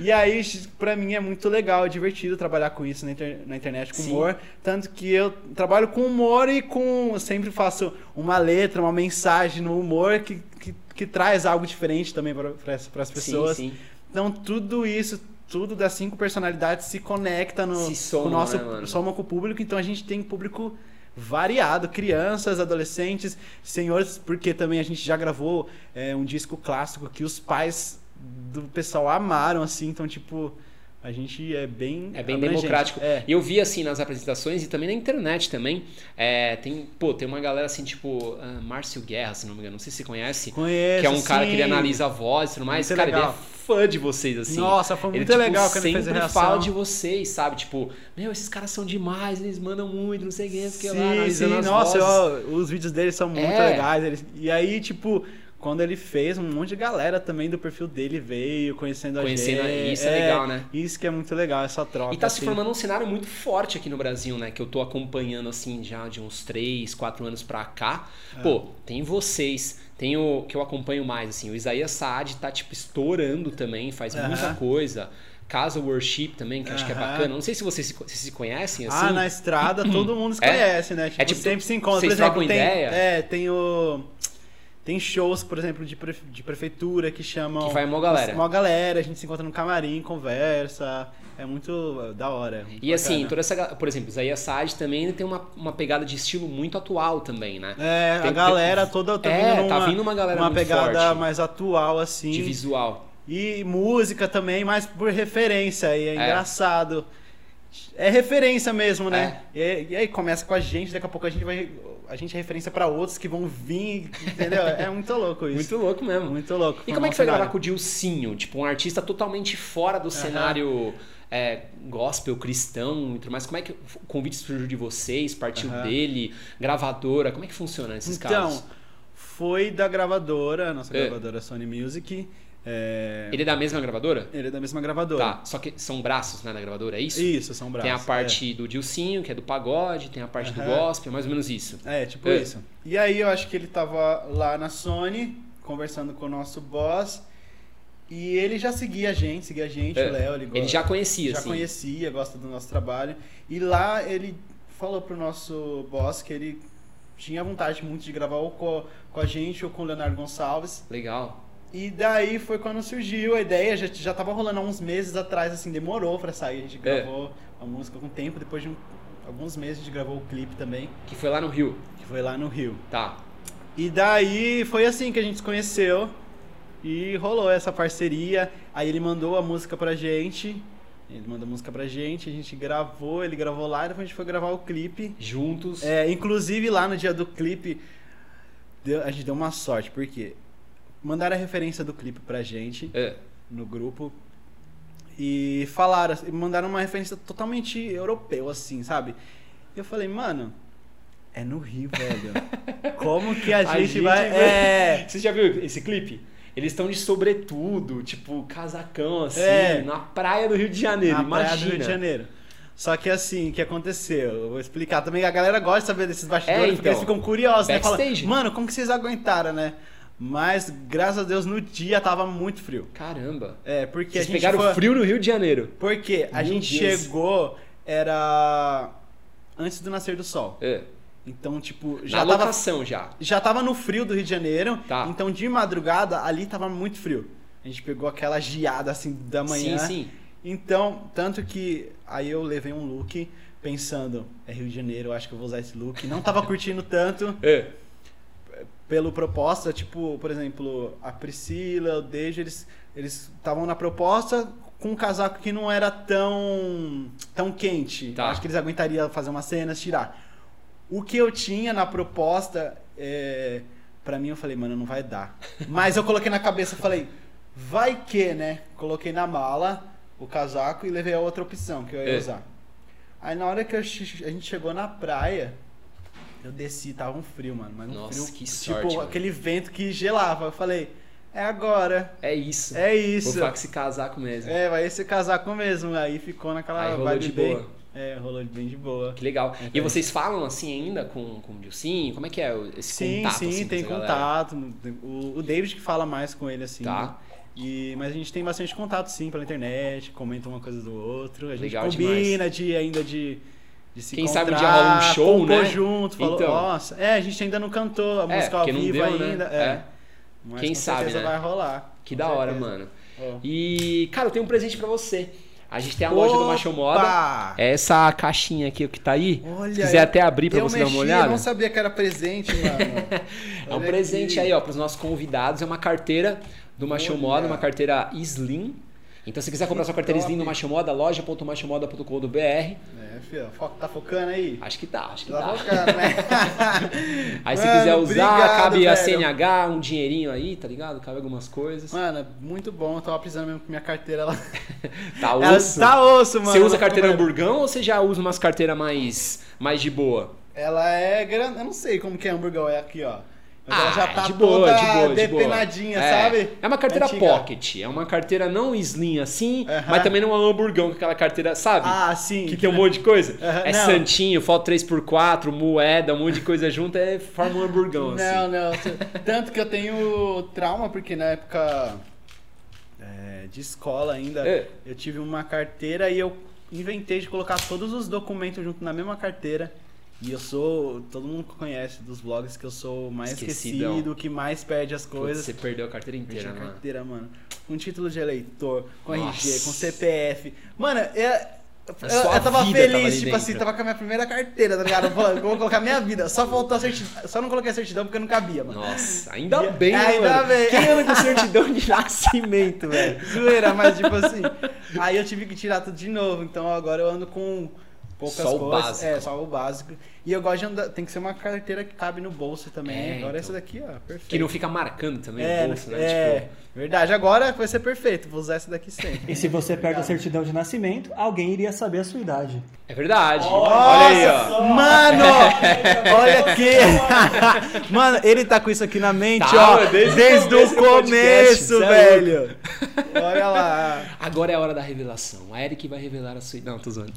B: E aí, pra mim é muito legal, é divertido trabalhar com isso na, inter- na internet, com
A: Sim.
B: humor. Tanto que eu trabalho com humor e com. eu Sempre faço uma letra, uma mensagem no humor que, que, que traz algo diferente também para as pessoas.
A: Sim, sim.
B: Então, tudo isso, tudo das cinco personalidades se conecta no
A: Se somam,
B: com o nosso,
A: né, mano?
B: soma com o público. Então, a gente tem público variado, crianças, adolescentes, senhores, porque também a gente já gravou é, um disco clássico que os pais do pessoal amaram, assim. Então, tipo, a gente é bem
A: É bem
B: abrangente.
A: democrático.
B: É.
A: E eu vi assim nas apresentações e também na internet também. é, tem, pô, tem uma galera assim, tipo, ah, Márcio Guerra, se não me engano, não sei se você conhece.
B: Conheço,
A: que é um cara que ele
B: sim.
A: analisa a voz e tudo mais.
B: Muito
A: cara,
B: legal.
A: ele é fã de vocês, assim.
B: Nossa, foi
A: Ele,
B: muito
A: tipo,
B: legal quando ele fez a
A: sempre
B: reação.
A: fala de vocês, sabe? Tipo, meu, esses caras são demais, eles mandam muito, não sei quem, porque lá analisando as
B: nossa,
A: vozes.
B: eu- os vídeos dele são muito
A: É.
B: legais. ele- e aí, tipo, quando ele fez, um monte de galera também do perfil dele veio conhecendo a
A: Conhecendo a-
B: gente.
A: isso é legal, né?
B: Isso que é muito legal, essa troca.
A: E tá se
B: assim.
A: formando um cenário muito forte aqui no Brasil, né? Que eu tô acompanhando, assim, já de uns 3, 4 anos pra cá.
B: É.
A: Pô, tem vocês, tem o que eu acompanho mais, assim. O Isaías Saad tá, tipo, estourando também, faz
B: Aham.
A: muita coisa. Casa Worship também, que eu acho que é
B: Aham.
A: bacana. Não sei se vocês se, co- se se conhecem, assim.
B: Ah, na estrada todo mundo se
A: É.
B: conhece, né? Tipo,
A: tipo,
B: sempre se encontra.
A: vocês
B: por exemplo,
A: trocam
B: tem,
A: ideia?
B: É, tem o. Tem shows, por exemplo, de, pre- de prefeitura que chamam.
A: Que vai mó galera.
B: Mó galera, a gente se encontra no camarim, conversa. É muito eh, da hora. é muito
A: E assim,
B: bacana.
A: toda essa. ga- Por exemplo, Isaías Saad também ele tem uma, uma pegada de estilo muito atual também, né?
B: É,
A: tem-
B: a galera toda tá
A: é,
B: vindo numa,
A: tá vindo uma galera
B: uma
A: muito
B: pegada
A: forte.
B: mais atual, assim.
A: De visual.
B: E música também, mas por referência, e
A: É.
B: é, engraçado. É referência mesmo, né?
A: É.
B: E, e aí começa com a gente, daqui a pouco a gente vai. A gente é referência pra outros que vão vir, entendeu? É muito louco isso.
A: Muito louco mesmo.
B: Muito louco.
A: E como é
B: formar
A: que foi
B: um cenário.
A: gravar com o Dilcinho? Tipo, um artista totalmente fora do cenário é, gospel, cristão e tudo mais? Como é que o convite surgiu de vocês? Partiu
B: Aham.
A: dele? Gravadora? Como é que funciona esses casos?
B: Então, foi da gravadora, nossa
A: É.
B: gravadora Sony Music. é,
A: Ele é da mesma gravadora?
B: Ele é da mesma gravadora.
A: Tá, só que são braços, né, da gravadora, é isso?
B: Isso, são braços.
A: tem a parte do Dilcinho, que é do pagode, tem a parte do
B: Aham.
A: gospel, é mais ou menos isso.
B: É, é, tipo
A: É.
B: isso. E aí eu acho que ele tava lá na Sony, conversando com o nosso boss. E ele já seguia a gente, seguia a gente,
A: É.
B: o Léo, ele gosta.
A: Ele já conhecia,
B: já
A: assim.
B: conhecia, gosta do nosso trabalho. E lá ele falou pro nosso boss que ele tinha vontade muito de gravar ou com, com a gente ou com o Leonardo Gonçalves.
A: Legal.
B: E daí foi quando surgiu a ideia, já, já tava rolando há uns meses atrás, assim, demorou pra sair. A gente
A: É.
B: gravou a música com tempo, depois de um- alguns meses a gente gravou o clipe também,
A: Que foi lá no Rio.
B: que foi lá no Rio.
A: Tá.
B: E daí foi assim que a gente se conheceu e rolou essa parceria. Aí ele mandou a música pra gente. Ele mandou a música pra gente, a gente gravou, ele gravou lá, e depois a gente foi gravar o clipe.
A: Juntos.
B: É, inclusive lá no dia do clipe, deu- a gente deu uma sorte, porque mandaram a referência do clipe pra gente
A: É.
B: no grupo e falaram, e mandaram uma referência totalmente europeu, assim, sabe? E eu falei, mano, é no Rio, velho. Como que a, gente, vai. É,
A: Você já viu esse clipe? Eles estão de sobretudo, tipo, casacão assim,
B: É.
A: na praia do Rio de Janeiro.
B: na
A: Ah, imagina.
B: praia do Rio de Janeiro. Só que assim, o que aconteceu? Eu vou explicar também, a galera gosta de saber desses bastidores,
A: É, então.
B: porque eles ficam curiosos, né? Fala,
A: Backstage.
B: mano, como que vocês aguentaram, né? Mas, graças a Deus, no dia tava muito frio.
A: Caramba.
B: É, porque
A: Vocês
B: a gente
A: pegaram
B: foi...
A: frio no Rio de Janeiro.
B: Porque a
A: Meu
B: gente
A: Deus.
B: chegou, era antes do nascer do sol.
A: É.
B: Então, tipo,
A: Já
B: já
A: na
B: tava,
A: locação já.
B: já tava no frio do Rio de Janeiro.
A: Tá.
B: Então, de madrugada, ali tava muito frio. A gente pegou aquela geada, assim, da manhã.
A: Sim, sim.
B: Então, tanto que aí eu levei um look pensando, é Rio de Janeiro, eu acho que eu vou usar esse look. Não tava curtindo tanto
A: É.
B: pelo proposta, tipo, por exemplo, a Priscila, o Dejo, eles eles estavam na proposta com um casaco que não era tão tão quente.
A: Tá.
B: Acho que eles aguentariam fazer umas cenas, tirar. O que eu tinha na proposta, é, para mim eu falei, mano, não vai dar. Mas eu coloquei na cabeça, eu falei, vai que, né? Coloquei na mala o casaco e levei a outra opção que eu ia
A: É.
B: usar. Aí na hora que eu che- a gente chegou na praia, eu desci, tava um frio, mano, mas um
A: Nossa,
B: frio,
A: que
B: tipo
A: sorte, mano.
B: aquele vento que gelava. Eu falei, é agora,
A: É isso.
B: é
A: Vou
B: isso.
A: ficar com esse casaco mesmo.
B: É, vai esse casaco mesmo. Aí ficou naquela
A: Aí rolou
B: vibe
A: de
B: bem-
A: boa.
B: É, rolou de bem de boa.
A: Que legal. E
B: Entendi.
A: vocês falam assim ainda com, com o Dilcinho? Como é que é o- esse
B: Sim,
A: contato?
B: sim,
A: assim, com
B: tem
A: essa galera?
B: contato. O, o David que fala mais com ele, assim.
A: Tá.
B: né? E, mas a gente tem bastante contato, sim, pela internet, comenta uma coisa do outro. A gente
A: Legal
B: combina de ainda de, de se
A: Quem
B: encontrar,
A: sabe um dia rola um show,
B: compor
A: né?
B: junto, falou,
A: Então.
B: nossa. É, a gente ainda não cantou a
A: É,
B: música ao
A: porque não
B: vivo
A: deu, né?
B: ainda.
A: É.
B: Mas
A: Quem
B: com
A: sabe,
B: certeza
A: né?
B: vai rolar.
A: Que
B: com
A: da hora,
B: certeza.
A: mano.
B: Ó.
A: E, cara, eu tenho um presente pra você. A gente tem a loja do Macho Moda.
B: Opa!
A: É essa caixinha aqui que tá aí.
B: Olha,
A: Se quiser
B: eu-
A: até abrir pra
B: eu
A: você dar
B: mexi,
A: uma olhada.
B: Eu não sabia que era presente, mano.
A: É um
B: Olha
A: presente
B: aqui.
A: aí, ó, pros nossos convidados. É uma carteira do Macho
B: Olha.
A: Moda, uma carteira Slim. Então, se quiser comprar sua carteira
B: top.
A: Slim do Macho Moda, loja.machomoda.com.br.
B: É, filho, fo- tá focando aí?
A: Acho que tá, acho que
B: Tá
A: tá.
B: focando, né?
A: Aí, se
B: Mano,
A: quiser usar,
B: obrigado,
A: cabe a
B: velho.
A: CNH, um dinheirinho aí, tá ligado? Cabe algumas coisas.
B: Mano, muito bom. Eu tava precisando mesmo que minha carteira ela,
A: Tá
B: ela
A: osso.
B: tá osso, mano. é?
A: Você usa carteira
B: Ela-
A: hamburgão ou você já usa umas carteiras mais, mais de boa?
B: Ela é grande. Eu não sei como que é hamburgão, é aqui, ó. Mas ela
A: Ah,
B: já tá
A: de boa,
B: toda
A: de boa, de boa.
B: depenadinha,
A: É.
B: sabe?
A: É uma carteira
B: Antiga.
A: pocket, é uma carteira não slim assim,
B: Aham.
A: mas também não é um hamburgão com aquela carteira, sabe?
B: Ah, sim.
A: que tem um monte de coisa.
B: Aham,
A: É
B: não.
A: santinho, foto 3x4, moeda, um monte de coisa junto, é forma um hamburgão
B: Não,
A: assim.
B: não. Tanto que eu tenho trauma, porque na época é, de escola ainda,
A: É.
B: eu tive uma carteira e eu inventei de colocar todos os documentos junto na mesma carteira. E eu sou. Todo mundo conhece dos vlogs que eu sou o mais
A: Esquecidão.
B: esquecido, que mais perde as
A: Putz,
B: coisas.
A: Você perdeu a carteira
B: Perdi
A: inteira,
B: a
A: mano.
B: carteira, mano. Com título de eleitor, com
A: Nossa.
B: RG, com CPF. Mano, eu. Eu,
A: sua
B: eu tava
A: vida
B: feliz,
A: tava ali
B: tipo
A: dentro.
B: assim, tava com a minha primeira carteira, tá ligado? Eu falei, eu vou colocar minha vida. Só faltou a certidão. Só não coloquei a certidão porque não cabia, mano.
A: Nossa, ainda bem, né,
B: Ainda
A: mano?
B: bem.
A: Quem anda com certidão de nascimento, velho?
B: Zoeira, mas tipo assim. Aí eu tive que tirar tudo de novo. Então agora eu ando com poucas
A: Só o
B: coisas.
A: básico.
B: É, só o básico. E eu gosto de andar. Tem que ser uma carteira que cabe no bolso também.
A: É,
B: Agora
A: então.
B: essa daqui, ó, perfeito.
A: Que não fica marcando também
B: é,
A: o bolso, né?
B: é,
A: Tipo,
B: verdade. Agora vai ser perfeito. Vou usar essa daqui sempre.
C: E se você perde a certidão de nascimento, alguém iria saber a sua idade.
A: é verdade.
B: Nossa, Mano! olha aqui! Mano, ele tá com isso aqui na mente,
A: Tá,
B: ó,
A: mano,
B: desde,
A: desde o
B: o
A: começo do podcast,
B: começo,
A: cê é
B: velho! Olha lá!
A: Agora é a hora da revelação. A Eric vai revelar a sua. Não, tô zoando.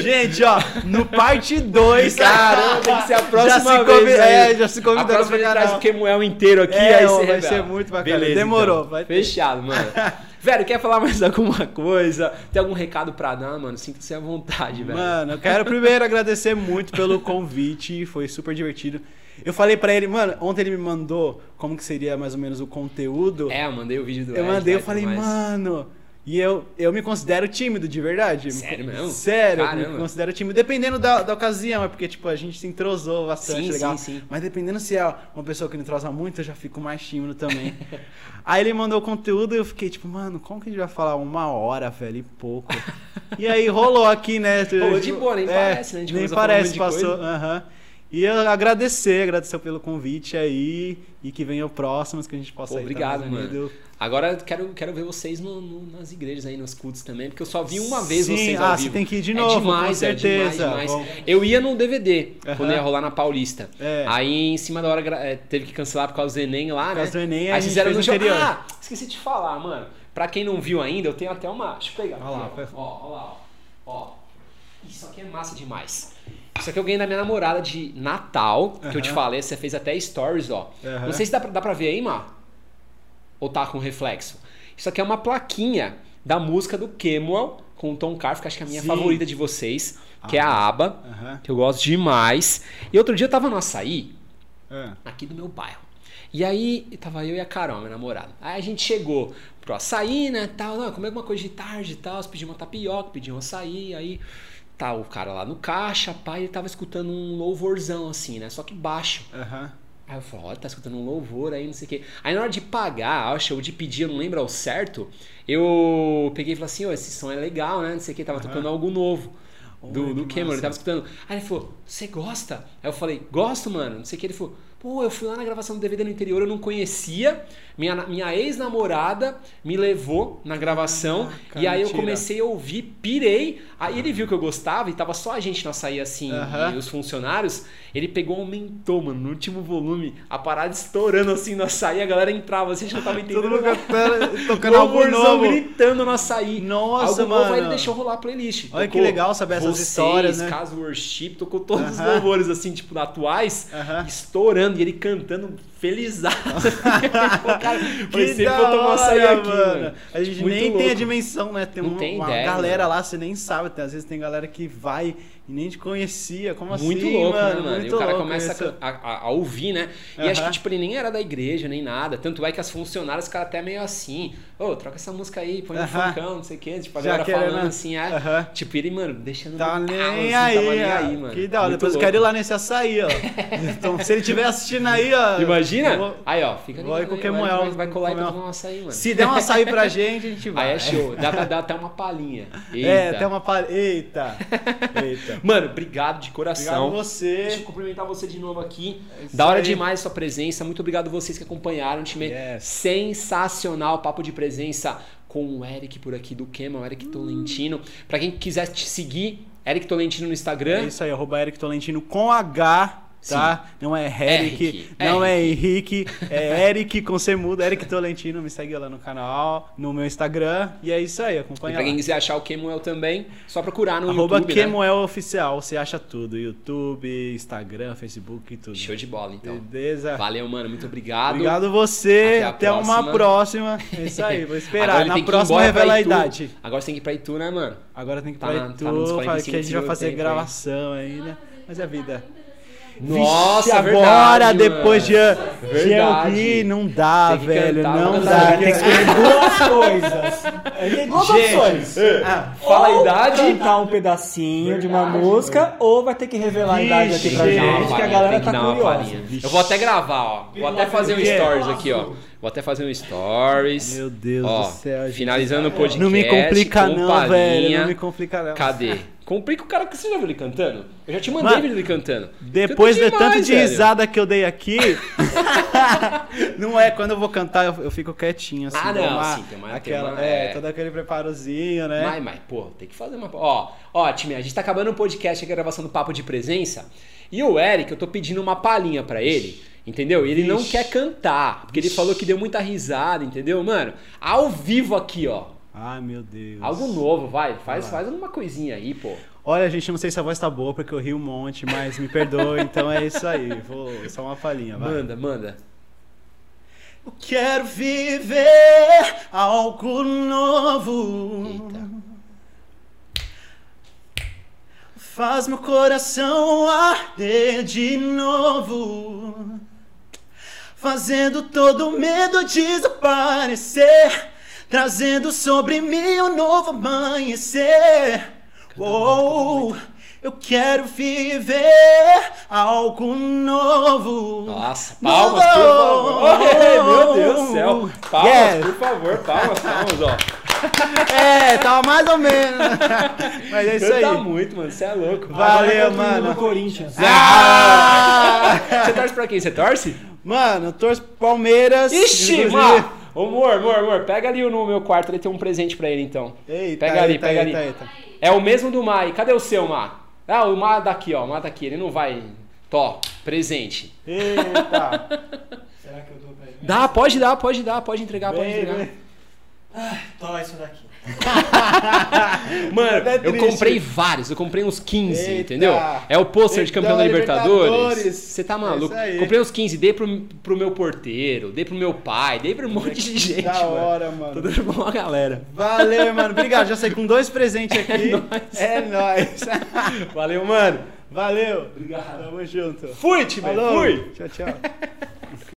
B: Gente, ó, no parte 2,
A: Caramba, tem que ser a próxima
B: já se
A: vez,
B: convi-
A: aí.
B: É, já se
A: A
B: convidou
A: próxima
B: pra
A: ele traz o
B: caralho.
A: Kemuel inteiro aqui,
B: É,
A: aí
B: ó,
A: você
B: vai
A: revela.
B: ser muito bacana.
A: Beleza,
B: Demorou,
A: então.
B: vai ter.
A: Fechado, mano. velho, quer falar mais alguma coisa? Tem algum recado pra dar, mano? Sinta-se à vontade, velho.
B: Mano, eu quero primeiro agradecer muito pelo convite, foi super divertido. Eu falei pra ele, mano, ontem ele me mandou como que seria mais ou menos o conteúdo.
A: É, eu mandei o vídeo do
B: Eu
A: Eric,
B: mandei,
A: tá,
B: eu
A: e tudo
B: falei,
A: mais.
B: mano. E eu, eu me considero tímido, de verdade.
A: Sério
B: Me-
A: mesmo?
B: Sério, eu me
A: Caramba.
B: considero tímido. Dependendo da, da ocasião, é porque, tipo, a gente se entrosou bastante,
A: Sim,
B: legal.
A: sim, sim.
B: Mas dependendo se é uma pessoa que não entrosa muito, eu já fico mais tímido também. aí ele mandou o conteúdo e eu fiquei, tipo, mano, como que a gente vai falar uma hora, velho, e pouco? e aí rolou aqui, né?
A: Rolou de boa, nem parece, né? A gente
B: nem
A: começou a falar um
B: parece,
A: monte de
B: passou. aham. E eu agradecer, agradecer pelo convite aí. E que venha o próximo, que a gente possa
A: Pô,
B: ir tá pra
A: obrigado,
B: Estados
A: mano.
B: Unidos.
A: Agora eu quero, quero ver vocês no- no- nas igrejas aí, nos cultos também, porque eu só vi uma vez
B: Sim,
A: vocês
B: ah,
A: ao
B: você
A: vivo.
B: tem que ir de
A: É
B: novo,
A: demais,
B: com
A: é demais,
B: certeza.
A: demais.
B: Bom.
A: Eu ia num DVD,
B: Aham.
A: quando ia rolar na Paulista.
B: É.
A: Aí em cima da hora gra- eh, teve que cancelar por causa do Enem lá, né?
B: causa do Enem, a
A: aí
B: gente
A: fizeram
B: fez
A: no jogo.
B: anterior.
A: Ah, esqueci de falar, mano. Pra quem não viu ainda, eu tenho até uma. Deixa eu pegar.
B: Olha lá,
A: aqui, ó. Ó, ó lá, ó. ó. Isso aqui é massa demais. Isso aqui eu ganhei da minha namorada de Natal, que eu te
B: Aham.
A: falei, você fez até stories, ó.
B: Aham.
A: Não sei se dá pra, dá pra ver aí, Má. Ou tá com reflexo. Isso aqui é uma plaquinha da música do Kemuel com o Tom Carf, que acho que é a minha
B: Sim. Ah.
A: favorita de vocês, que é a aba,
B: Aham.
A: que eu gosto demais. E outro dia eu tava no açaí,
B: É.
A: aqui do meu bairro. E aí, tava eu e a Carol, minha namorada. Aí a gente chegou pro açaí, né, tal, não, comer alguma coisa de tarde e tal, pediu uma tapioca, pediu um açaí, aí tá o cara lá no caixa, pai, ele tava escutando um louvorzão assim, né, só que baixo.
B: Aham.
A: Aí eu falo, ó, tá escutando um louvor aí, não sei o quê. Aí na hora de pagar, acho, ou de pedir, eu não lembro ao certo, eu peguei e falei assim, ó, esse som é legal, né, não sei o quê, tava tocando algo novo. Do,
B: Olha,
A: do
B: que
A: Cameron,
B: massa.
A: ele tava escutando. Aí ele falou, você gosta? Aí eu falei, gosto, mano, não sei o que. Ele falou, pô, eu fui lá na gravação do DVD no interior, eu não conhecia. Minha, na- minha ex-namorada me levou na gravação.
B: Caraca,
A: e aí eu
B: mentira.
A: comecei a ouvir, pirei. Aí ele viu que eu gostava e tava só a gente na saía assim,
B: Aham.
A: e os funcionários. Ele pegou, aumentou, mano, no último volume, a parada estourando assim na saía, a galera entrava, assim, a gente não tava entendendo.
B: Todo mundo
A: nada.
B: cantando, tocando algo
A: Louvorzão
B: novo.
A: Um gritando no açaí.
B: Nossa,
A: Algo novo,
B: mano.
A: aí ele deixou rolar a playlist.
B: Olha que
A: Tocou
B: legal saber essas
A: Vocês,
B: histórias, né?
A: Caso Worship, tocou todos os
B: Aham. Ah.
A: louvores, assim, tipo, atuais,
B: Aham.
A: estourando e ele cantando felizado. Cara,
B: Que
A: foi sempre
B: da
A: pra eu tomar
B: hora,
A: açaí aqui, mano. Tipo,
B: A gente
A: Muito
B: nem tem a
A: louco.
B: dimensão, né? Tem
A: Não
B: uma,
A: tem
B: uma
A: ideia,
B: galera
A: mano.
B: lá, você nem sabe. Tem, às vezes tem galera que vai e nem te conhecia. Como
A: Muito
B: assim,
A: louco,
B: mano?
A: né, mano?
B: Muito
A: e o cara
B: louco
A: começa a
B: isso.
A: can- a, a- a ouvir, né? E
B: Aham.
A: acho que, tipo, ele nem era da igreja, nem nada. Tanto é que as funcionárias ficaram até meio assim, ô, troca essa música aí, põe no
B: Aham.
A: funkão, não sei o quê. Tipo, a
B: Já
A: galera
B: querendo-
A: falando assim, é.
B: Aham.
A: Tipo, ele, mano, deixando
B: Tá
A: no
B: nem,
A: talo, assim,
B: aí,
A: tava nem
B: ó.
A: aí, mano.
B: Que da hora.
A: Muito
B: Depois
A: louco.
B: eu quero ir lá nesse açaí, ó. Então, se ele estiver assistindo aí, ó.
A: Imagina?
B: eu vou-
A: Aí, ó, fica
B: vou aí
A: ligado
B: com
A: aí,
B: o Kemuel,
A: Vai, vai colar e
B: Kemuel.
A: tomar um açaí, mano.
B: Se der um açaí pra gente, a gente vai.
A: Aí é show. Dá pra dar até uma palhinha.
B: É,
A: Eita.
B: até uma palha. Eita! Eita!
A: Mano, obrigado de
B: Obrigado
A: coração. Deixa
B: a
A: eu
B: você. É
A: cumprimentar você de novo aqui.
B: isso
A: da hora
B: aí.
A: demais sua presença. Muito obrigado vocês que acompanharam. Um time
B: Yes.
A: sensacional. Papo de presença com o Eric por aqui do Kema, o
B: Hum.
A: Eric Tolentino. Pra quem quiser te seguir, Eric Tolentino no
B: É
A: Instagram.
B: isso aí, arroba Eric Tolentino com H, tá? Não é Eric,
A: Eric,
B: não é Henrique, é Eric com C mudo, Eric Tolentino, me segue lá no canal, no meu Instagram, e é isso aí,
A: e
B: acompanha
A: pra quem
B: lá.
A: quiser achar o Kemuel também, só procurar no
B: Arroba
A: YouTube, né?
B: Kemuel Oficial, você acha tudo, YouTube, Instagram, Facebook, tudo.
A: Show de bola, então.
B: Beleza?
A: Valeu, mano. Muito obrigado.
B: Obrigado você,
A: Até
B: até,
A: a
B: uma próxima. É isso aí, vou
A: Agora
B: esperar,
A: ele
B: na
A: tem que ir
B: próxima
A: embora
B: revela
A: pra
B: a
A: Itu.
B: idade.
A: Agora você tem que ir pra Itu, né, mano?
B: Agora tem que ir
A: Tá
B: pra
A: na-
B: Itu,
A: tá nos
B: que a gente
A: 45
B: vai fazer
A: tempo aí.
B: gravação aí, né? Mas é vida.
A: Nossa,
B: Vixe,
A: verdade,
B: agora,
A: mano.
B: depois de Jean
A: Verdade.
B: Gui, não dá,
A: Tem que
B: velho.
A: cantar,
B: não
A: vamos
B: dá.
A: cantar.
C: Vai ter que escolher duas coisas. Aí Tem duas
B: Gente,
C: opções.
B: Ah,
A: Fala a
C: Ou
A: idade.
C: cantar um pedacinho de uma
A: Verdade,
C: música, ou vai ter que revelar a idade aqui
B: Vixe,
C: pra
A: Tem que dar uma
C: gente, que a
A: palhinha,
C: galera
A: tem
C: tá
A: que dar uma
C: curiosa.
A: palhinha. Eu vou até gravar, ó. Vou até fazer um
B: Deus.
A: stories aqui, ó. Vou até fazer um stories.
B: é? Meu Deus
A: Ó,
B: do céu, gente. tá-
A: Finalizando o podcast.
B: Não me complica,
A: com
B: não, velho.
A: palhinha.
B: Não me complica, não.
A: Cadê? Complica o cara que você já viu ele cantando? Eu já te mandei
B: Mano,
A: vídeo dele cantando.
B: Depois
A: Canta
B: de tanto
A: demais,
B: de
A: velho.
B: risada que eu dei aqui. não é, quando eu vou cantar, eu, eu fico quietinho, assim.
A: Ah,
B: dou
A: não,
B: uma-
A: sim, tem uma-
B: aquela,
A: tem uma-
B: é,
A: é.
B: todo aquele preparozinho, né?
A: Mas, mas, pô, tem que fazer uma. Ó, ó, time, a gente tá acabando o podcast aqui, a gravação do Papo de Presença. E o Eric, eu tô pedindo uma palhinha pra ele, entendeu? E ele não
B: Vixe.
A: quer cantar, porque ele falou que deu muita risada, entendeu? Mano, ao vivo aqui, ó.
B: Ai, meu Deus.
A: Algo novo, vai. Faz, faz alguma coisinha aí, pô.
B: Olha, gente, eu não sei se a voz tá boa, porque eu ri um monte, mas me perdoe, então é isso aí. Vou só uma palhinha, vai.
A: Manda, manda.
B: Eu quero viver algo novo. Faz meu coração arder de novo. Fazendo todo medo desaparecer. Trazendo sobre mim um novo amanhecer. Oh, eu quero viver algo novo.
A: Nossa, palmas, por favor. meu Deus do céu. Palmas,
B: Yes.
A: por favor, palmas, palmas, ó.
B: É, tava mais ou menos. Mas é isso aí.
A: Canta muito, mano. Você é louco.
B: Valeu,
C: Agora tá todo mundo
B: mano.
C: no Corinthians.
B: Ah!
A: Você torce pra quem? Você torce?
B: Mano, eu torço pro Palmeiras.
A: Ixi,
B: inclusive-
A: mano. Ô, amor, amor, amor, pega ali no meu quarto, ele tem um presente pra ele, então.
B: Eita,
A: pega ali,
B: eita,
A: pega
B: eita,
A: ali.
B: eita.
A: É o mesmo do Mai. Cadê o seu, Mar? Ah, o Mar daqui, ó. O Mar daqui, ele não vai... Tó, presente.
B: Eita.
C: Será que eu dou pra ele?
A: Dá, pode dar, pode dar, pode entregar, pode
B: Bem,
A: entregar.
B: né?
C: Toma isso daqui.
A: Mano,
B: Até
A: eu
B: triste.
A: comprei vários, eu comprei uns 15,
B: Eita.
A: entendeu? É o pôster de
B: Então,
A: campeão da
B: é
A: Libertadores.
B: Libertadores.
A: Você tá
B: É
A: maluco?
B: isso aí.
A: comprei uns 15, dei pro, pro meu porteiro, dei pro meu pai, dei pra um monte de gente,
B: da
A: mano.
B: hora, mano.
A: Tô dando pra uma galera.
B: Valeu, mano. Obrigado. Já saí com dois presentes aqui. É nóis. Valeu, mano. Valeu. Obrigado. Tamo junto.
A: Fui, time,
B: Falou.
A: fui!
B: Tchau, tchau.